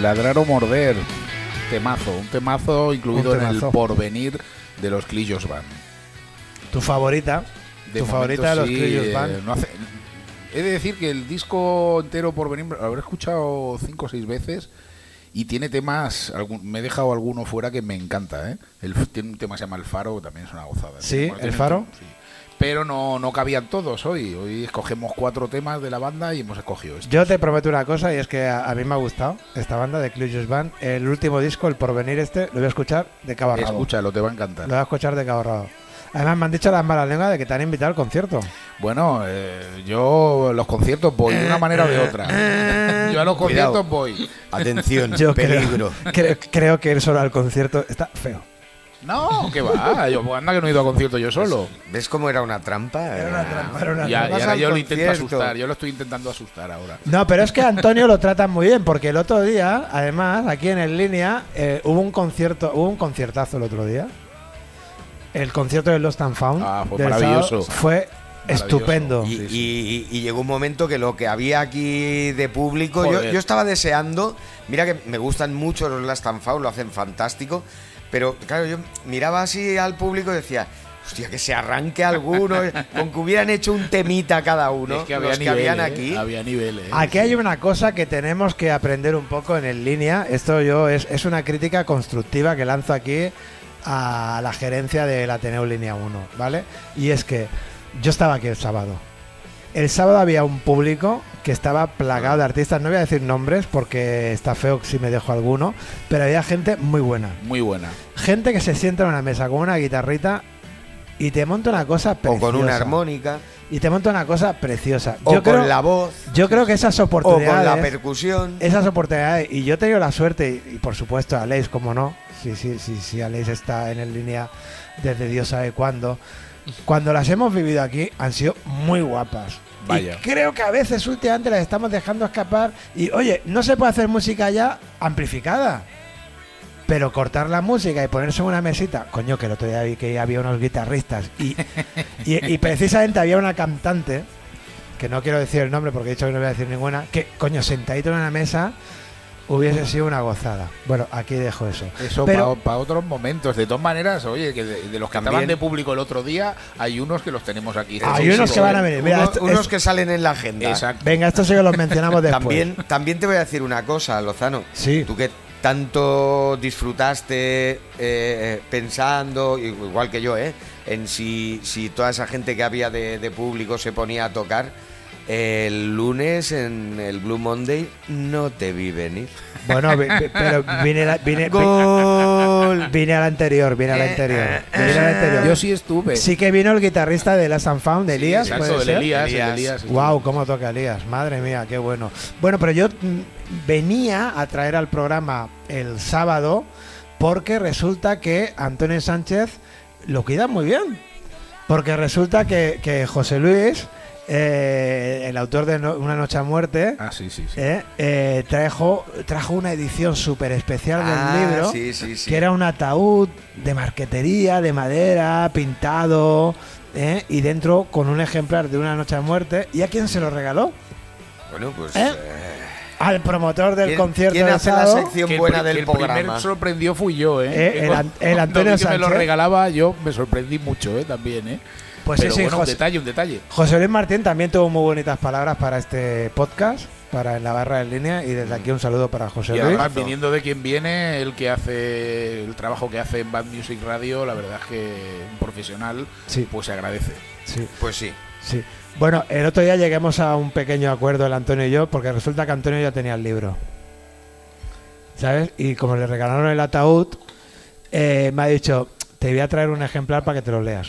Speaker 2: Ladrar o Morder. Temazo, un temazo incluido
Speaker 1: Un
Speaker 2: en
Speaker 1: temazo.
Speaker 2: el porvenir de los Clillos Band.
Speaker 1: Tu favorita.
Speaker 2: De
Speaker 1: tu
Speaker 2: momento,
Speaker 1: favorita de los
Speaker 2: sí,
Speaker 1: Crillos
Speaker 2: eh,
Speaker 1: Band.
Speaker 2: no hace- He de decir que el disco entero por venir lo habré escuchado cinco o seis veces y tiene temas, algún- me he dejado alguno fuera que me encanta. ¿eh? El, tiene un tema que se llama El Faro, que también es una gozada.
Speaker 1: Sí,
Speaker 2: Tiene-
Speaker 1: ¿El
Speaker 2: tiene-
Speaker 1: Faro?
Speaker 2: sí. Pero no, no cabían todos hoy. Hoy escogemos cuatro temas de la banda y hemos escogido este.
Speaker 1: Yo te prometo una cosa y es que a, a mí me ha gustado esta banda de Clujus Band. El último disco, el porvenir este, lo voy a escuchar de cabo a rabo.
Speaker 2: Escúchalo, te va a encantar.
Speaker 1: Lo voy a escuchar de cabo a rabo. Además, me han dicho las malas lenguas de que te han invitado al concierto.
Speaker 2: Bueno, eh, yo a los conciertos voy de una manera o
Speaker 1: Eh,
Speaker 2: de otra. Yo a los conciertos
Speaker 4: Cuidado.
Speaker 2: voy.
Speaker 1: [LAUGHS]
Speaker 4: Atención,
Speaker 1: Yo creo-
Speaker 4: peligro.
Speaker 1: Creo, creo que ir solo al concierto está feo.
Speaker 2: No, que va. Yo, anda que no he ido a conciertos yo solo.
Speaker 4: ¿Ves cómo era una trampa?
Speaker 1: Era una trampa, era una
Speaker 2: Ya,
Speaker 1: trampa.
Speaker 2: y ahora
Speaker 4: al
Speaker 2: yo lo intento
Speaker 4: concierto.
Speaker 2: asustar, yo lo estoy intentando asustar ahora.
Speaker 1: No, pero es que a Antonio lo tratan muy bien, porque el otro día, además, aquí en el línea, eh, hubo un concierto, hubo un conciertazo el otro día. El concierto de Lost and Found.
Speaker 2: Ah, fue
Speaker 1: del sábado
Speaker 2: maravilloso.
Speaker 1: fue
Speaker 2: Maravilloso.
Speaker 1: estupendo.
Speaker 2: Sí,
Speaker 4: Y, y- y llegó un momento que lo que había aquí de público, yo,
Speaker 2: Joder.
Speaker 4: yo estaba deseando, mira que me gustan mucho los Last and Found, lo hacen fantástico, pero claro, yo miraba así al público y decía, hostia, que se arranque
Speaker 2: [LAUGHS]
Speaker 4: alguno, con que hubieran hecho un temita cada uno,
Speaker 2: Es que
Speaker 4: los
Speaker 2: había
Speaker 4: que
Speaker 2: niveles,
Speaker 4: habían aquí.
Speaker 2: ¿eh? Había niveles.
Speaker 1: Aquí hay una cosa que tenemos que aprender un poco en el línea. Esto yo es, es una crítica constructiva que lanzo aquí a la gerencia del Ateneo Línea 1, ¿vale? Y es que yo estaba aquí el sábado. El sábado había un público que estaba plagado de artistas, no voy a decir nombres porque está feo si me dejo alguno, pero había gente muy buena.
Speaker 2: Muy buena.
Speaker 1: Gente que se sienta en una mesa con una guitarrita y te monta una cosa
Speaker 4: o
Speaker 1: preciosa.
Speaker 4: con una armónica,
Speaker 1: Y te monta una cosa preciosa.
Speaker 4: o
Speaker 1: yo
Speaker 4: con
Speaker 1: creo,
Speaker 4: la voz,
Speaker 1: yo creo que esas
Speaker 4: o con
Speaker 1: oportunidades
Speaker 4: la percusión.
Speaker 1: esas oportunidades. Y yo he tenido la suerte, y por supuesto Aleix, como no, sí, sí, sí, sí, Aleix está en el línea desde Dios sabe cuándo. Cuando las hemos vivido aquí han sido muy guapas.
Speaker 2: Vaya.
Speaker 1: Y creo que a veces últimamente las estamos dejando escapar. Y oye, no se puede hacer música ya amplificada. Pero cortar la música y ponerse en una mesita, coño, que el otro día vi que había unos guitarristas y, y- y precisamente había una cantante, que no quiero decir el nombre porque he dicho que no voy a decir ninguna, que coño, sentadito en una mesa hubiese sido una gozada. Bueno, aquí dejo eso.
Speaker 2: Eso
Speaker 1: Pero-
Speaker 2: para otros momentos. De todas maneras, oye, que de, de los que estaban de público el otro día, hay unos que los tenemos aquí. eh,
Speaker 1: Hay unos que van a venir. Mira, este
Speaker 4: Uno-
Speaker 1: esto-
Speaker 4: unos
Speaker 1: esto-
Speaker 4: que salen en la agenda.
Speaker 2: Exacto.
Speaker 1: Venga, esto sí que los mencionamos después.
Speaker 4: También, también te voy a decir una cosa, Lozano.
Speaker 1: Sí.
Speaker 4: Tú que tanto disfrutaste eh, pensando, igual que yo, ¿eh? en si, si toda esa gente que había de, de público se ponía a tocar. El lunes en el Blue Monday no te vi venir.
Speaker 1: Bueno, vi- vi- pero vine, la- vine,
Speaker 4: ¡Gol! Eh,
Speaker 1: vine al anterior, vine al anterior. Vine al anterior.
Speaker 2: Yo sí estuve.
Speaker 1: Sí que vino el guitarrista de Last and Found, de Elías.
Speaker 2: Exacto,
Speaker 1: ¿puede
Speaker 2: el
Speaker 1: ser?
Speaker 2: Elías,
Speaker 4: Elías.
Speaker 2: el Elías.
Speaker 1: Wow, cómo toca Elías, madre mía, qué bueno. Bueno, pero yo mm, venía a traer al programa el sábado porque resulta que Antonio Sánchez lo cuida muy bien. Porque resulta que, que José Luis, eh, el autor de No- Una Noche a Muerte,
Speaker 2: Ah, sí, sí, sí.
Speaker 1: eh, eh, trajo, trajo una edición súper especial del
Speaker 4: Ah,
Speaker 1: libro
Speaker 4: sí, sí, sí.
Speaker 1: que era un ataúd de marquetería, de madera, pintado, ¿eh? y dentro con un ejemplar de Una Noche a Muerte. ¿Y a quién se lo regaló?
Speaker 4: Bueno, pues.
Speaker 1: ¿Eh?
Speaker 4: eh,
Speaker 1: Al promotor del
Speaker 4: ¿quién-
Speaker 1: concierto
Speaker 4: ¿Quién
Speaker 1: del
Speaker 4: hace la
Speaker 1: sábado.
Speaker 4: sección
Speaker 2: Que el
Speaker 4: buena
Speaker 2: pri- que
Speaker 4: del
Speaker 2: el
Speaker 4: programa?
Speaker 2: primer sorprendió fui yo, ¿eh?
Speaker 1: Eh,
Speaker 2: Que
Speaker 1: el
Speaker 2: con-
Speaker 1: an- el
Speaker 2: cuando
Speaker 1: Antonio
Speaker 2: vi que me lo
Speaker 1: Sánchez.
Speaker 2: regalaba, yo me sorprendí mucho, ¿eh? También, ¿eh?
Speaker 1: Pues
Speaker 2: Pero
Speaker 1: sí, sí,
Speaker 2: bueno, un
Speaker 1: José-
Speaker 2: detalle, un detalle.
Speaker 1: José Luis Martín también tuvo muy bonitas palabras para este podcast, para En la Barra en Línea, y
Speaker 4: Mm.
Speaker 1: desde aquí un saludo para José
Speaker 2: Y
Speaker 1: Luis.
Speaker 2: además, viniendo de quien viene, el que hace el trabajo que hace en Bad Music Radio, la verdad es que un profesional,
Speaker 1: Sí.
Speaker 2: pues se agradece.
Speaker 1: Sí.
Speaker 4: Pues sí.
Speaker 1: Sí. Bueno, el otro día llegamos a un pequeño acuerdo el Antonio y yo, porque resulta que Antonio ya tenía el libro. ¿Sabes? Y como le regalaron el ataúd, eh, me ha dicho, te voy a traer un ejemplar para que te lo leas.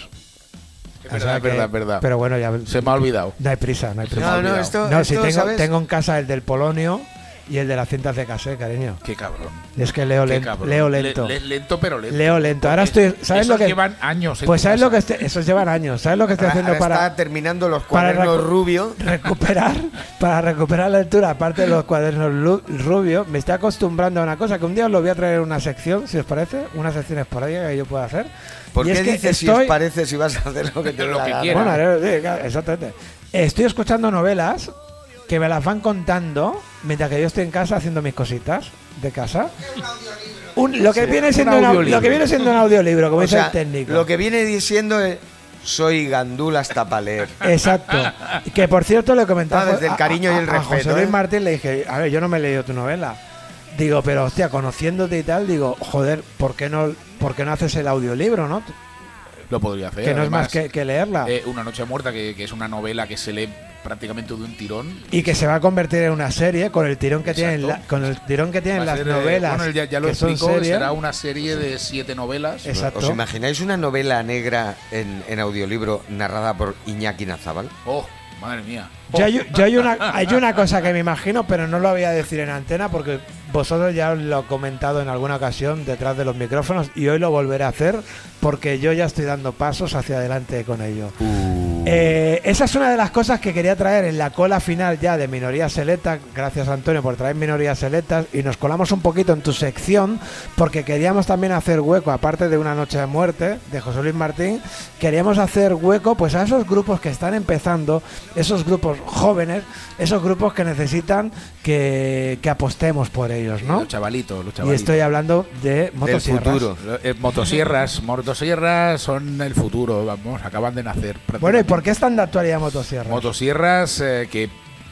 Speaker 2: Es
Speaker 1: O sea
Speaker 2: verdad,
Speaker 1: que-
Speaker 2: verdad, verdad.
Speaker 1: Pero bueno, ya...
Speaker 2: Se me ha olvidado.
Speaker 1: No hay prisa, no hay prisa.
Speaker 4: No,
Speaker 2: olvidado.
Speaker 4: no, esto.
Speaker 1: No,
Speaker 4: esto,
Speaker 1: si tengo,
Speaker 4: ¿sabes?
Speaker 1: tengo en casa el del Polonio y el de las cintas de cassette, cariño.
Speaker 2: Qué cabrón.
Speaker 1: Es que leo,
Speaker 2: qué
Speaker 1: lento-
Speaker 2: cabrón.
Speaker 1: leo lento.
Speaker 2: Le- le- lento, pero lento.
Speaker 1: Leo lento. Ahora
Speaker 2: Porque
Speaker 1: estoy- ¿sabes
Speaker 2: esos
Speaker 1: lo que-
Speaker 2: llevan años. en
Speaker 1: pues
Speaker 2: tu
Speaker 1: sabes lo que...
Speaker 2: casa.
Speaker 1: este- esos llevan años. ¿Sabes lo que estoy
Speaker 4: Ahora-
Speaker 1: haciendo
Speaker 4: ahora
Speaker 1: para...?
Speaker 4: está terminando los
Speaker 1: para
Speaker 4: cuadernos
Speaker 1: recu-
Speaker 4: rubios. [LAUGHS]
Speaker 1: recuperar, para recuperar la altura, aparte de los cuadernos lu- rubios, me estoy acostumbrando a una cosa que un día os lo voy a traer en una sección, si os parece, una sección esporádica que yo pueda hacer.
Speaker 4: ¿Por
Speaker 1: Y
Speaker 4: qué
Speaker 1: es que
Speaker 4: dices si
Speaker 1: estoy-
Speaker 4: os parece [LAUGHS] si vas a hacer lo que te dé
Speaker 2: Lo
Speaker 4: la
Speaker 2: que
Speaker 4: gana?
Speaker 2: quieras.
Speaker 1: Bueno, ahora- sí, claro, exactamente. Estoy escuchando novelas que me las van contando mientras que yo estoy en casa haciendo mis cositas de casa. Un- lo, que viene siendo un au-
Speaker 2: audiolibro.
Speaker 1: lo que viene siendo un audiolibro, como
Speaker 4: O
Speaker 1: dice
Speaker 4: sea,
Speaker 1: el técnico.
Speaker 4: Lo que viene diciendo es: soy gandul hasta pa' leer.
Speaker 1: Exacto. Y Que por cierto le comentaba.
Speaker 4: Ah, desde el cariño y el
Speaker 1: a José
Speaker 4: respeto,
Speaker 1: Luis
Speaker 4: ¿eh?
Speaker 1: Martín le dije, a ver, yo no me he leído tu novela. Digo, pero hostia, conociéndote y tal, digo, joder, ¿por qué no, por qué no haces el audiolibro, no?
Speaker 2: Lo podría hacer.
Speaker 1: que no es
Speaker 2: además.
Speaker 1: más que, que leerla.
Speaker 2: Eh, Una noche muerta, que, que es una novela que se lee prácticamente de un tirón.
Speaker 1: y que se va a convertir en una serie con el tirón que tienen
Speaker 2: Exacto.
Speaker 1: la- con el tirón que
Speaker 2: Va
Speaker 1: tienen
Speaker 2: a
Speaker 1: las
Speaker 2: ser, eh,
Speaker 1: novelas.
Speaker 2: Bueno, él ya, ya lo
Speaker 1: que son
Speaker 2: explicó,
Speaker 1: serie.
Speaker 2: será una serie de siete novelas.
Speaker 1: Exacto.
Speaker 4: ¿Os imagináis una novela negra en, en audiolibro narrada por Iñaki Nazabal?
Speaker 2: Oh, madre mía. Oh.
Speaker 1: Yo hay, yo hay una, hay una cosa que me imagino, pero no lo voy a decir en antena porque vosotros ya os lo he comentado en alguna ocasión detrás de los micrófonos y hoy lo volveré a hacer porque yo ya estoy dando pasos hacia adelante con ello. Eh, esa es una de las cosas que quería traer en la cola final ya de Minoría Selecta. Gracias Antonio por traer Minorías Selectas y nos colamos un poquito en tu sección porque queríamos también hacer hueco, aparte de Una Noche de Muerte de José Luis Martín, queríamos hacer hueco pues a esos grupos que están empezando, esos grupos jóvenes, esos grupos que necesitan que, que apostemos por ellos, ¿no?
Speaker 2: Los chavalitos, los
Speaker 1: Y
Speaker 2: chavalitos.
Speaker 1: estoy hablando de
Speaker 4: Del
Speaker 1: motosierras.
Speaker 4: futuro.
Speaker 2: Eh, motosierras, [LAUGHS] motosierras son el futuro, vamos, acaban de nacer.
Speaker 1: Bueno, ¿y
Speaker 2: prácticamente.
Speaker 1: por qué es tan de actualidad motosierras?
Speaker 2: Motosierras eh, que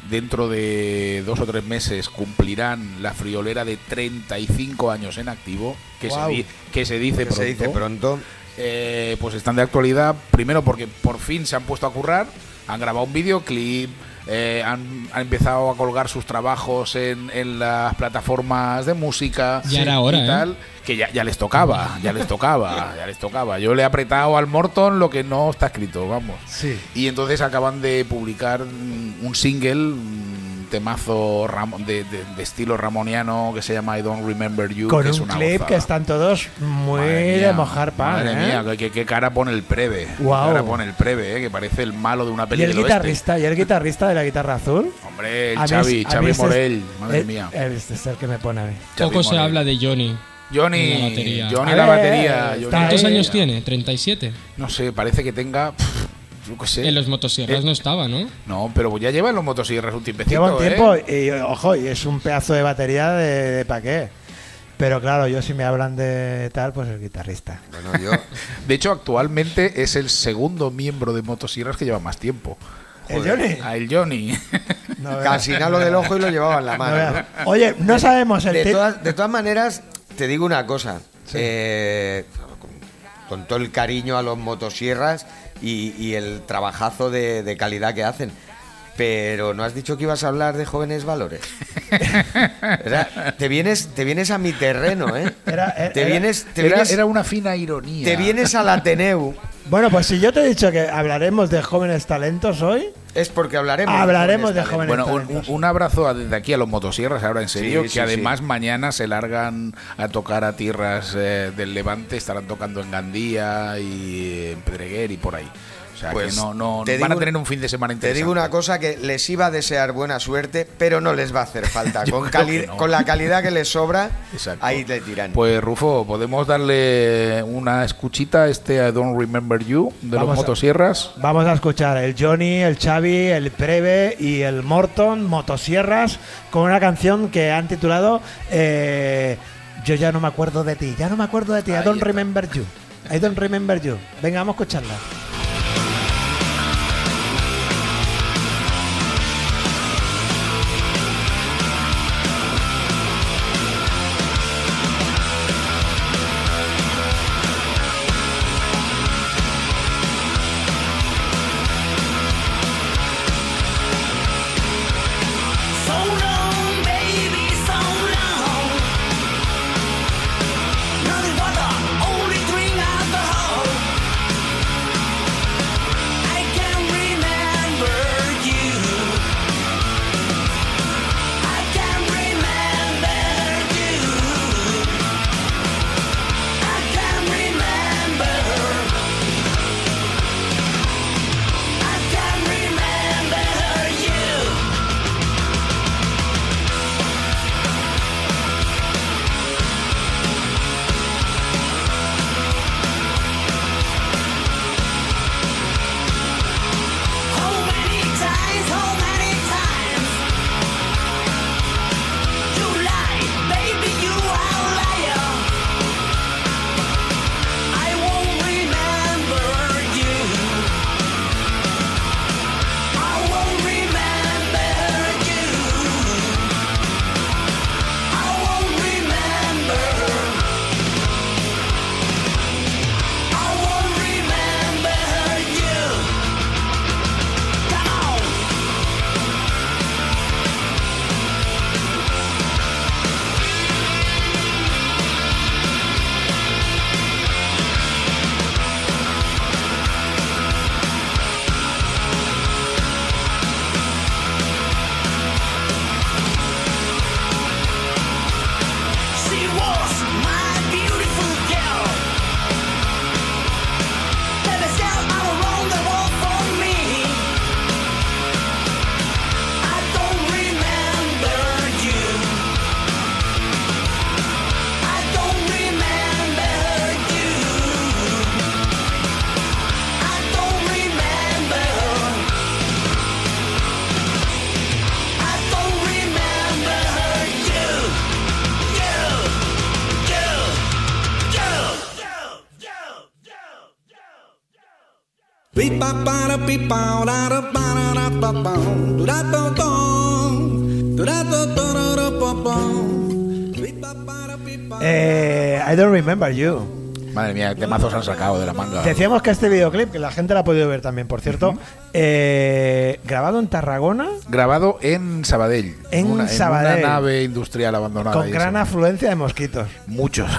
Speaker 2: dentro de dos o tres meses cumplirán la friolera de 35 años en activo, que,
Speaker 1: Guau.
Speaker 2: se, di- que se dice
Speaker 4: Que
Speaker 2: pronto.
Speaker 4: se dice pronto.
Speaker 2: Eh, pues están de actualidad, primero porque por fin se han puesto a currar, han grabado un videoclip, eh, han, han empezado a colgar sus trabajos en, en las plataformas de música
Speaker 6: Ya era hora, ¿eh?
Speaker 2: y tal, que ya, ya les tocaba, ya les tocaba,
Speaker 6: [LAUGHS]
Speaker 2: ya les tocaba. Yo le he apretado al Morton lo que no está escrito, vamos.
Speaker 1: Sí.
Speaker 2: Y entonces acaban de publicar mm, un single, un temazo ramo- de, de- de estilo ramoniano que se llama I Don't Remember You.
Speaker 1: Con
Speaker 2: que es
Speaker 1: un
Speaker 2: una
Speaker 1: clip
Speaker 2: gozada.
Speaker 1: que están todos muy
Speaker 2: Madre mía,
Speaker 1: de mojar pan.
Speaker 2: Madre
Speaker 1: ¿eh?
Speaker 2: mía, qué- qué, qué cara pone el preve. qué
Speaker 1: Guau.
Speaker 2: cara pone el preve, eh, que parece el malo de una
Speaker 1: Y
Speaker 2: película.
Speaker 1: el guitarrista, y el guitarrista de la guitarra azul.
Speaker 2: Hombre, el
Speaker 1: A mí
Speaker 2: Xavi,
Speaker 1: es- a mí
Speaker 2: Xavi
Speaker 1: este es-
Speaker 2: Morel. Madre
Speaker 1: eh,
Speaker 2: mía.
Speaker 1: eh, Este es el que me pone a mí.
Speaker 2: Xavi
Speaker 6: Poco se
Speaker 2: Morell.
Speaker 6: habla de Johnny.
Speaker 2: Johnny,
Speaker 6: la batería.
Speaker 2: Johnny
Speaker 1: A
Speaker 2: la
Speaker 1: ver,
Speaker 2: batería.
Speaker 1: está
Speaker 2: Johnny
Speaker 6: ¿Cuántos
Speaker 2: la
Speaker 1: ahí.
Speaker 6: años
Speaker 2: batería.
Speaker 6: tiene? 37.
Speaker 2: No sé, parece que tenga. pff, yo qué sé.
Speaker 6: En los motosierras
Speaker 2: Eh,
Speaker 6: no estaba, ¿no?
Speaker 2: No, pero ya lleva en los motosierras un tiempecito.
Speaker 1: Lleva un
Speaker 2: ¿eh?
Speaker 1: tiempo y ojo, y es un pedazo de batería de, de pa' qué. Pero claro, yo si me hablan de tal, pues el guitarrista.
Speaker 4: Bueno,
Speaker 1: [LAUGHS]
Speaker 4: yo.
Speaker 2: De hecho, actualmente es el segundo miembro de motosierras que lleva más tiempo.
Speaker 1: ¿El Johnny?
Speaker 2: A el Johnny.
Speaker 4: [LAUGHS]
Speaker 1: No veas,
Speaker 4: Casi nalo del ojo y lo llevaba en la
Speaker 1: no
Speaker 4: mano.
Speaker 1: veas. Oye, no sabemos el
Speaker 4: De
Speaker 1: título.
Speaker 4: todas, de todas maneras, te digo una cosa. Eh, con, con todo el cariño a los motosierras y, y el trabajazo de, de calidad que hacen. Pero no has dicho que ibas a hablar de jóvenes
Speaker 1: [LAUGHS]
Speaker 4: valores. Era- te, vienes, te vienes a mi terreno, ¿eh?
Speaker 1: Era- era-
Speaker 4: te vienes, te
Speaker 2: Era,
Speaker 4: vienes,
Speaker 2: era una fina ironía.
Speaker 4: te vienes al Ateneu.
Speaker 1: Bueno, pues si yo te he dicho que hablaremos de jóvenes talentos hoy,
Speaker 4: Es porque hablaremos.
Speaker 1: Hablaremos de jóvenes.
Speaker 2: Bueno, un,
Speaker 1: talentos.
Speaker 2: un- un abrazo a- desde aquí a los motosierras, ahora en serio,
Speaker 4: Sí,
Speaker 2: que
Speaker 4: sí,
Speaker 2: además mañana se largan a tocar a tierras eh, del Levante, estarán tocando en Gandía y en Pedreguer y por ahí. O sea,
Speaker 4: Pues
Speaker 2: que no, no,
Speaker 4: te
Speaker 2: van a
Speaker 4: digo-
Speaker 2: tener un fin de semana
Speaker 4: Te
Speaker 2: interesante.
Speaker 4: digo una cosa que les iba a desear buena suerte, pero no les va
Speaker 2: [LAUGHS]
Speaker 4: a hacer falta.
Speaker 2: Yo
Speaker 4: con,
Speaker 2: creo
Speaker 4: cali-
Speaker 2: que no.
Speaker 4: con la calidad que les sobra,
Speaker 2: Exacto.
Speaker 4: ahí le tiran.
Speaker 2: Pues Rufo, ¿podemos darle una escuchita a este I Don't Remember You de
Speaker 1: Vamos
Speaker 2: los
Speaker 1: a-
Speaker 2: motosierras?
Speaker 1: Vamos a escuchar el Johnny, el Xavi, el Preve y el Morton, Motosierras, con una canción que han titulado eh, Yo ya no me acuerdo de ti, ya no me acuerdo de ti, I
Speaker 2: Ahí
Speaker 1: don't
Speaker 2: está.
Speaker 1: remember you. I don't remember you. Venga, vamos a escucharla.
Speaker 5: So long, baby, so long. Nothing but the only drink alcohol.
Speaker 6: Beep ba ba da beep ba da da ba da da ba ba do da do do do da do do do do ba ba beep ba ba da beep ba.
Speaker 1: Eh, I don't remember you.
Speaker 2: Madre mía, qué mazos han sacado de la manga.
Speaker 1: Decíamos que este videoclip, que la gente la ha podido ver también, por cierto, eh, grabado en Tarragona,
Speaker 2: Grabado en Sabadell.
Speaker 1: En
Speaker 2: una,
Speaker 1: Sabadell.
Speaker 2: una nave industrial abandonada.
Speaker 1: con
Speaker 2: y
Speaker 1: gran
Speaker 2: eso.
Speaker 1: afluencia de mosquitos.
Speaker 2: Muchos.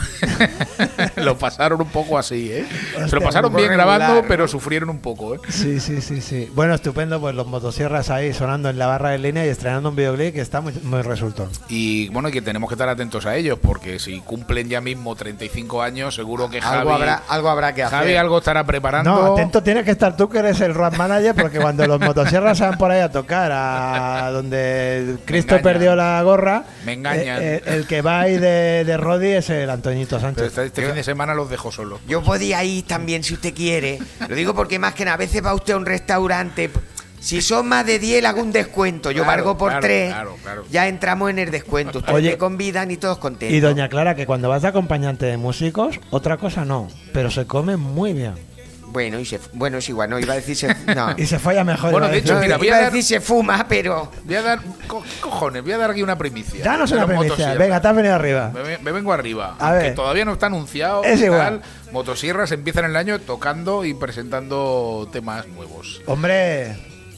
Speaker 2: [LAUGHS] lo pasaron un poco así, ¿eh? Se
Speaker 1: Hostia,
Speaker 2: lo pasaron
Speaker 4: un poco
Speaker 2: bien
Speaker 4: regular,
Speaker 2: grabando,
Speaker 4: ¿no?
Speaker 2: pero sufrieron un poco, ¿eh?
Speaker 1: [LAUGHS] Sí, sí, sí, sí. Bueno, estupendo, pues los motosierras ahí sonando en la barra de línea y estrenando un videoclip que está muy, muy resultón.
Speaker 2: Y bueno, y que tenemos que estar atentos a ellos, porque si cumplen ya mismo 35 años, seguro que Javi.
Speaker 4: Algo habrá, algo habrá que hacer.
Speaker 2: Javi algo estará preparando.
Speaker 1: No, atento tienes que estar tú que eres el road manager porque cuando los motosierras se van por ahí a tocar a donde Cristo
Speaker 2: engañan.
Speaker 1: perdió la gorra,
Speaker 2: Me engañan.
Speaker 1: eh, eh, el, que va ahí de, de Rodi es el Antoñito
Speaker 2: Pero
Speaker 1: Sánchez.
Speaker 2: este, este fin de semana los dejo solos.
Speaker 3: Yo podía ir también si usted quiere. Lo digo porque más que nada, a veces va usted a un restaurante. Si son más de 10, le hago un descuento. Yo
Speaker 2: Claro,
Speaker 3: valgo por
Speaker 2: claro,
Speaker 3: 3.
Speaker 2: claro, claro.
Speaker 3: Ya entramos en el descuento. Ustedes
Speaker 1: Oye,
Speaker 3: me convidan y todos contentos.
Speaker 1: Y doña Clara, que cuando vas de acompañante de músicos, otra cosa no, pero se come muy bien.
Speaker 3: Bueno, y se, bueno, es igual, no iba a decir se, no.
Speaker 1: Y se falla mejor.
Speaker 2: Bueno,
Speaker 1: iba a
Speaker 2: de
Speaker 1: decir.
Speaker 2: hecho, [LAUGHS] mira, voy
Speaker 3: iba
Speaker 2: a
Speaker 3: a
Speaker 2: dar-
Speaker 3: decir se fuma, pero
Speaker 2: Voy a dar. co- ¿qué cojones, voy a dar aquí una primicia.
Speaker 1: Danos
Speaker 2: De
Speaker 1: una
Speaker 2: los
Speaker 1: premisa.
Speaker 2: motosierras.
Speaker 1: Venga, te has venido arriba.
Speaker 2: Me, ve- me vengo arriba.
Speaker 1: A
Speaker 2: que
Speaker 1: ver.
Speaker 2: todavía no está anunciado.
Speaker 1: Es
Speaker 2: y
Speaker 1: igual.
Speaker 2: tal. Motosierras empiezan el año tocando y presentando temas nuevos.
Speaker 1: Hombre,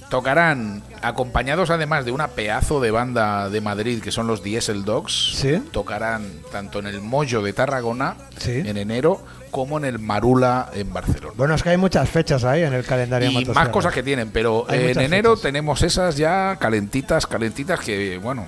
Speaker 2: Tocarán, acompañados además de una pedazo de banda de Madrid que son los Diesel Dogs.
Speaker 1: Sí.
Speaker 2: Tocarán tanto en el Mollo de Tarragona
Speaker 1: Sí.
Speaker 2: en enero como en el Marula en Barcelona.
Speaker 1: bueno, es que hay muchas fechas ahí en el calendario
Speaker 2: Y más
Speaker 1: motosierra.
Speaker 2: cosas que tienen, pero
Speaker 1: Hay
Speaker 2: eh, en
Speaker 1: muchas
Speaker 2: enero
Speaker 1: fechas.
Speaker 2: tenemos esas ya calentitas, calentitas que, bueno,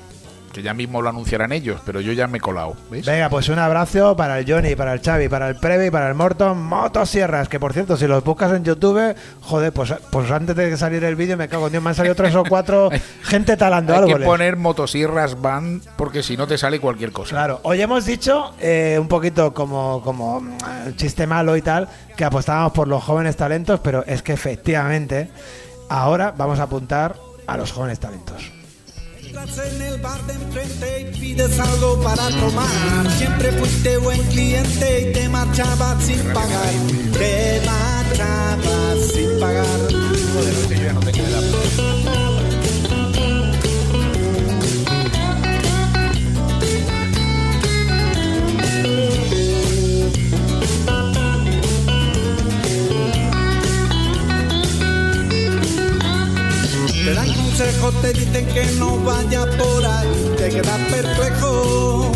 Speaker 2: que ya mismo lo anunciarán ellos, pero yo ya me he colado. ¿ves?
Speaker 1: Venga, pues un abrazo para el Johnny, para el Xavi, para el Previ, para el Morton, Motosierras, que por cierto, si los buscas en YouTube, joder, pues, pues antes de que salir el vídeo, me cago en Dios, me han salido tres o
Speaker 4: [LAUGHS]
Speaker 1: cuatro gente talando
Speaker 2: Hay que
Speaker 1: árboles.
Speaker 2: poner motosierras van porque si no te sale cualquier cosa.
Speaker 1: Claro, hoy hemos dicho eh, un poquito como, como mm, chiste malo y tal, que apostábamos por los jóvenes talentos, pero es que efectivamente ahora vamos a apuntar a los jóvenes talentos.
Speaker 6: Entras en el bar de enfrente y pides algo para tomar. Siempre fuiste buen cliente y te marchabas sin pagar. Te marchabas sin pagar. Te dan consejos, te dicen que no vaya por ahí, te quedas perplejo,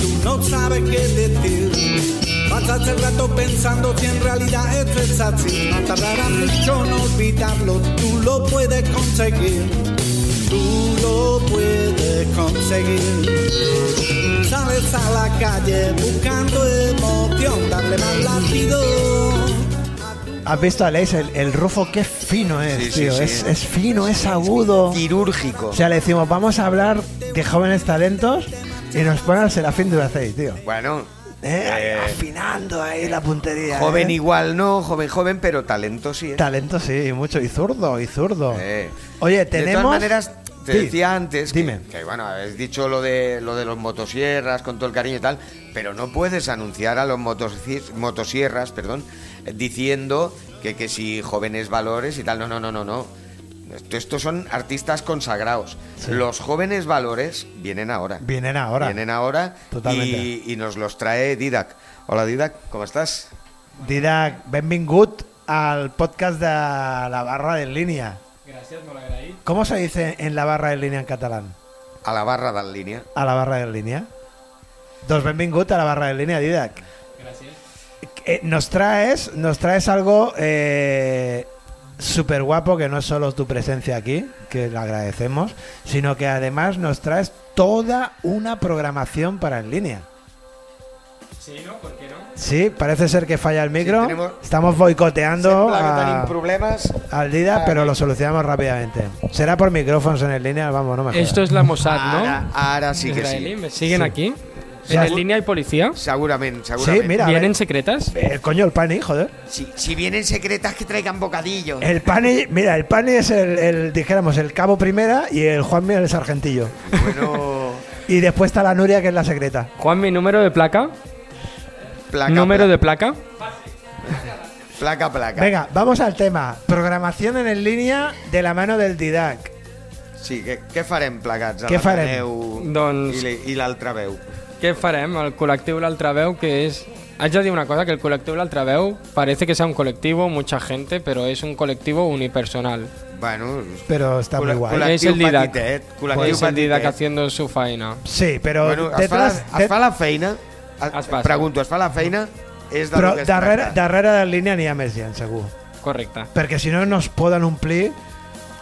Speaker 6: tú no sabes qué decir. Pasas el rato pensando si en realidad esto es así, no tardarás mucho en olvidarlo, tú lo puedes conseguir, tú lo puedes conseguir. Sales a la calle buscando emoción, darle más latido.
Speaker 1: ¿Has visto a Leis? El, el rufo, qué fino es,
Speaker 4: Sí, sí,
Speaker 1: tío.
Speaker 4: sí.
Speaker 1: Es, es fino, es agudo.
Speaker 4: Quirúrgico.
Speaker 1: O sea, le decimos, vamos a hablar de jóvenes talentos y nos pone al Serafín Duracey, tío.
Speaker 4: bueno,
Speaker 1: Eh, Afinando ahí la puntería.
Speaker 4: joven
Speaker 1: eh.
Speaker 4: igual no, joven, joven, pero talento sí. ¿eh?
Speaker 1: Talento sí, mucho. Y zurdo, y zurdo.
Speaker 4: Eh.
Speaker 1: Oye,
Speaker 4: De
Speaker 1: tenemos...
Speaker 4: todas maneras, te
Speaker 1: Sí,
Speaker 4: decía antes que-
Speaker 1: dime.
Speaker 4: Que, bueno, habéis dicho lo de lo de los motosierras con todo el cariño y tal, pero no puedes anunciar a los motosierras, motosierras perdón, eh, diciendo que, que si jóvenes valores y tal. No, no, no, no, no. Esto- estos son artistas consagrados.
Speaker 1: Sí.
Speaker 4: Los jóvenes valores vienen ahora.
Speaker 1: Vienen ahora.
Speaker 4: Vienen ahora
Speaker 1: Totalmente.
Speaker 4: Y, y nos los trae Didac. Hola Didac, ¿cómo estás?
Speaker 1: Didac, benvingut al podcast de la barra de línea. Gracias, ¿Cómo se dice en la barra de línea en catalán?
Speaker 4: A la barra de línea.
Speaker 1: A la barra de línea. Dos benvingut a la barra de línea, Didac. Gracias. nos traes, nos traes algo eh, súper guapo que no es solo tu presencia aquí, que le agradecemos, sino que además nos traes toda una programación para en línea.
Speaker 7: Sí, ¿no? ¿Por qué no?
Speaker 1: Sí, parece ser que falla el micro.
Speaker 4: tenemos-
Speaker 1: Estamos boicoteando
Speaker 4: Sembla que
Speaker 1: a-
Speaker 4: tenim problemas.
Speaker 1: al
Speaker 4: Ah,
Speaker 1: Dida, pero lo solucionamos rápidamente. Será por micrófonos en el línea, vamos, no me jodas.
Speaker 7: Esto es la Mossad, ¿no?
Speaker 4: Ahora, ahora sí que
Speaker 7: Israelí,
Speaker 4: sí.
Speaker 7: ¿me siguen aquí?
Speaker 1: Sí.
Speaker 7: ¿En el línea hay policía?
Speaker 4: Seguramente, seguramente.
Speaker 1: Sí, mira, a ver.
Speaker 7: ¿Vienen secretas?
Speaker 1: Eh, coño, el Pani, joder.
Speaker 3: si, si vienen secretas que traigan bocadillos.
Speaker 1: El Pani, mira, el Pani es el, el, dijéramos, el cabo primera y el Juanmi el sargentillo.
Speaker 4: Bueno,
Speaker 1: Y después está la Nuria, que es la secreta.
Speaker 7: Juan, mi número de placa.
Speaker 4: placa,
Speaker 7: número
Speaker 4: placa.
Speaker 7: de placa.
Speaker 4: Placa, placa.
Speaker 1: Venga, vamos al tema. Programación en línea de la mano del Didac.
Speaker 4: Sí, què, què farem plegats a
Speaker 1: Què
Speaker 4: la
Speaker 1: farem?
Speaker 4: Taneu
Speaker 7: Doncs-
Speaker 4: i l- i l'altra veu?
Speaker 7: Què farem? El col·lectiu L'Altraveu, que és... Haig de dir una cosa, que el col·lectiu L'Altraveu parece que sea un colectivo, mucha gente, pero es un colectivo unipersonal.
Speaker 4: Bueno,
Speaker 1: Pero está muy
Speaker 4: col-
Speaker 1: guay.
Speaker 7: Col·lectiu
Speaker 4: col·lectiu
Speaker 7: el Didac.
Speaker 4: petitet. Col·lectiu
Speaker 7: Pues el
Speaker 1: eh.
Speaker 7: Didac
Speaker 4: petitet.
Speaker 7: haciendo su faena.
Speaker 1: Sí, però
Speaker 4: Bueno, es, fa la,
Speaker 1: detrás,
Speaker 4: es fa la feina? Ah,
Speaker 7: Es fa, sí.
Speaker 4: pregunto, es fa la feina? És del
Speaker 1: però
Speaker 4: que es
Speaker 1: darrere,
Speaker 4: tracta.
Speaker 1: darrere de línia n'hi ha més gent, segur.
Speaker 7: Correcte.
Speaker 1: Perquè si no, no es poden omplir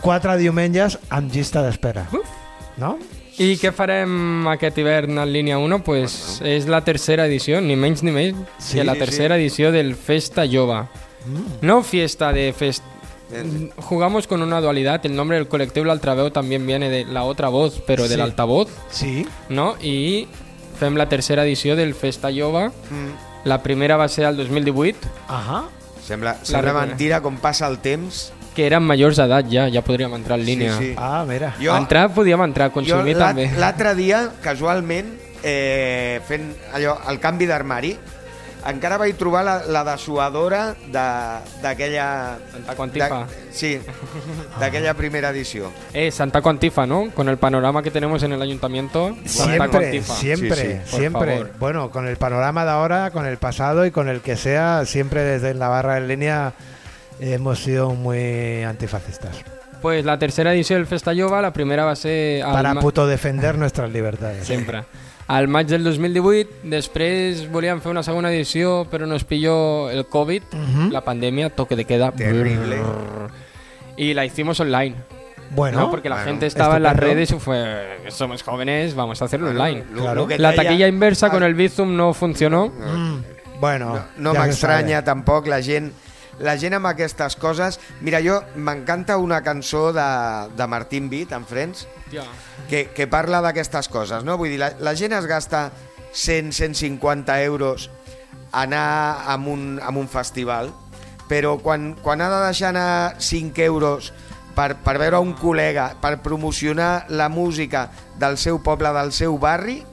Speaker 1: quatre diumenges amb llista d'espera.
Speaker 7: Uf.
Speaker 1: No?
Speaker 7: I què farem aquest hivern en línia 1? Pues és la tercera edició, ni menys ni més
Speaker 1: Sí,
Speaker 7: que la
Speaker 1: sí, Mm.
Speaker 7: tercera edició del Festa Jova. No fiesta de fest... Jugamos con una dualidad, el nombre del colectivo La Altraveu también viene de la otra voz, pero del
Speaker 1: Sí.
Speaker 7: altavoz,
Speaker 1: Sí.
Speaker 7: ¿no? I fem la tercera edició del Festa Jova.
Speaker 4: Mm.
Speaker 7: La primera va ser el 2018,
Speaker 1: Ahà.
Speaker 4: Sembla, sembla
Speaker 7: recupera.
Speaker 4: mentira com passa el temps.
Speaker 7: que eren majors d'edat ja, ja podríem entrar en línia.
Speaker 4: Sí, sí.
Speaker 1: Ah, mira.
Speaker 4: Jo,
Speaker 7: Entrar podíem entrar,
Speaker 4: jo
Speaker 7: consumir
Speaker 4: l'at-
Speaker 7: també.
Speaker 4: l'altre dia, casualment, eh, fent allò, el canvi d'armari, encara vaig trobar la, la dessuadora de- d'aquella...
Speaker 7: Santa Quantifa.
Speaker 4: de- Sí, d'aquella primera edició.
Speaker 7: [LAUGHS] Eh, Santa Cuantifa, ¿no? Con el panorama que tenemos en el ayuntamiento. Santa
Speaker 1: Siempre,
Speaker 7: Cuantifa.
Speaker 1: siempre,
Speaker 7: Sí, sí. Por
Speaker 1: siempre.
Speaker 7: favor.
Speaker 1: Bueno, con el panorama de ahora, con el pasado y con el que sea, siempre desde la barra en línea hemos sido muy antifascistas.
Speaker 7: Pues la tercera edición del Festa Jova, la primera va ser... al
Speaker 1: Para
Speaker 7: ma-
Speaker 1: puto defender nuestras libertades.
Speaker 7: Sempre. Al maig del 2018, després volíem fer una segona edició, però nos pilló el Covid, la pandemia, toque de queda.
Speaker 4: Terrible.
Speaker 7: brrr, Y la hicimos online,
Speaker 1: Bueno,
Speaker 7: ¿no? Porque la gente estaba en las
Speaker 1: estupendo.
Speaker 7: redes y fue, somos jóvenes, vamos a hacerlo online.
Speaker 4: Lo-
Speaker 1: Claro.
Speaker 4: lo que Ah.
Speaker 7: La
Speaker 4: deia-
Speaker 7: taquilla inversa con el Bizum no funcionó.
Speaker 1: Mm, bueno,
Speaker 4: No
Speaker 1: ja se
Speaker 4: m'estranya
Speaker 1: sabe.
Speaker 4: tampoc la gent la gent amb aquestes coses... Mira, jo m'encanta una cançó de, de Martín Vit, en Friends,
Speaker 7: Hòstia.
Speaker 4: que, que parla d'aquestes coses, no? Vull dir, la, la gent es gasta 100, 150 euros a anar a un, a un festival, però quan, quan ha de deixar anar 5 euros per, per veure un col·lega, per promocionar la música del seu poble, del seu barri,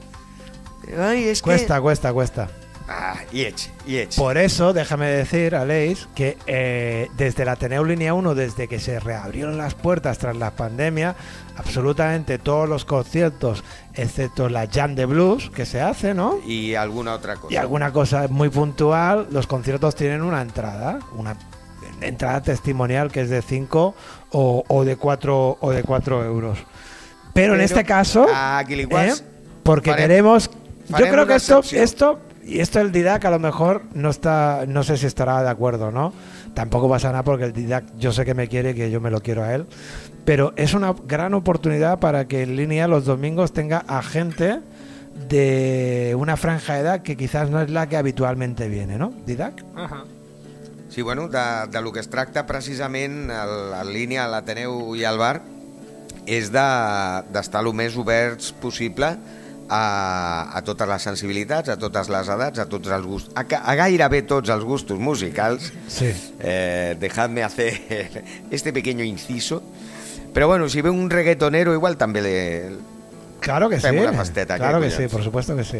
Speaker 4: ai, és
Speaker 1: Cuesta, cuesta, cuesta.
Speaker 4: que... Ah, i ets, i ets.
Speaker 1: Por eso, déjame decir, Aleix, que eh, desde la Ateneo Línea 1, desde que se reabrieron las puertas tras la pandemia, absolutamente todos los conciertos, excepto la Jam de Blues, que se hace, ¿no?
Speaker 4: I alguna altra cosa.
Speaker 1: Y alguna cosa muy puntual, los conciertos tienen una entrada, una entrada testimonial que es de 5 o, o de 4 o de cuatro euros. Pero, en
Speaker 4: Pero-
Speaker 1: este caso,
Speaker 4: Ah, Quilicuas,
Speaker 1: ¿Eh? porque
Speaker 4: fare-
Speaker 1: queremos, yo
Speaker 4: faremos
Speaker 1: creo que
Speaker 4: una
Speaker 1: esto,
Speaker 4: excepción.
Speaker 1: esto y esto el Didac a lo mejor no está, no sé si estará de acuerdo, ¿no? Tampoco pasa nada porque el Didac yo sé que me quiere, que yo me lo quiero a él, pero es una gran oportunidad para que en línea los domingos tenga a gente de una franja de edad que quizás no es la que habitualmente viene, ¿no? Didac.
Speaker 7: Ajá.
Speaker 4: Sí, bueno, de, de lo que es tracta precisament el- en línia a l'Ateneu i al bar és de- d'estar de, el més oberts possible a, a totes les sensibilitats, a totes les edats, a tots els gustos, a, ca- a gairebé tots els gustos musicals.
Speaker 1: Sí.
Speaker 4: Eh, dejadme hacer [LAUGHS] este pequeño inciso. Pero bueno, si ve un reggaetonero igual també le...
Speaker 1: Claro que sí.
Speaker 4: Hacemos la fasteta aquí,
Speaker 1: Claro que sí,
Speaker 4: collons.
Speaker 1: por supuesto que sí.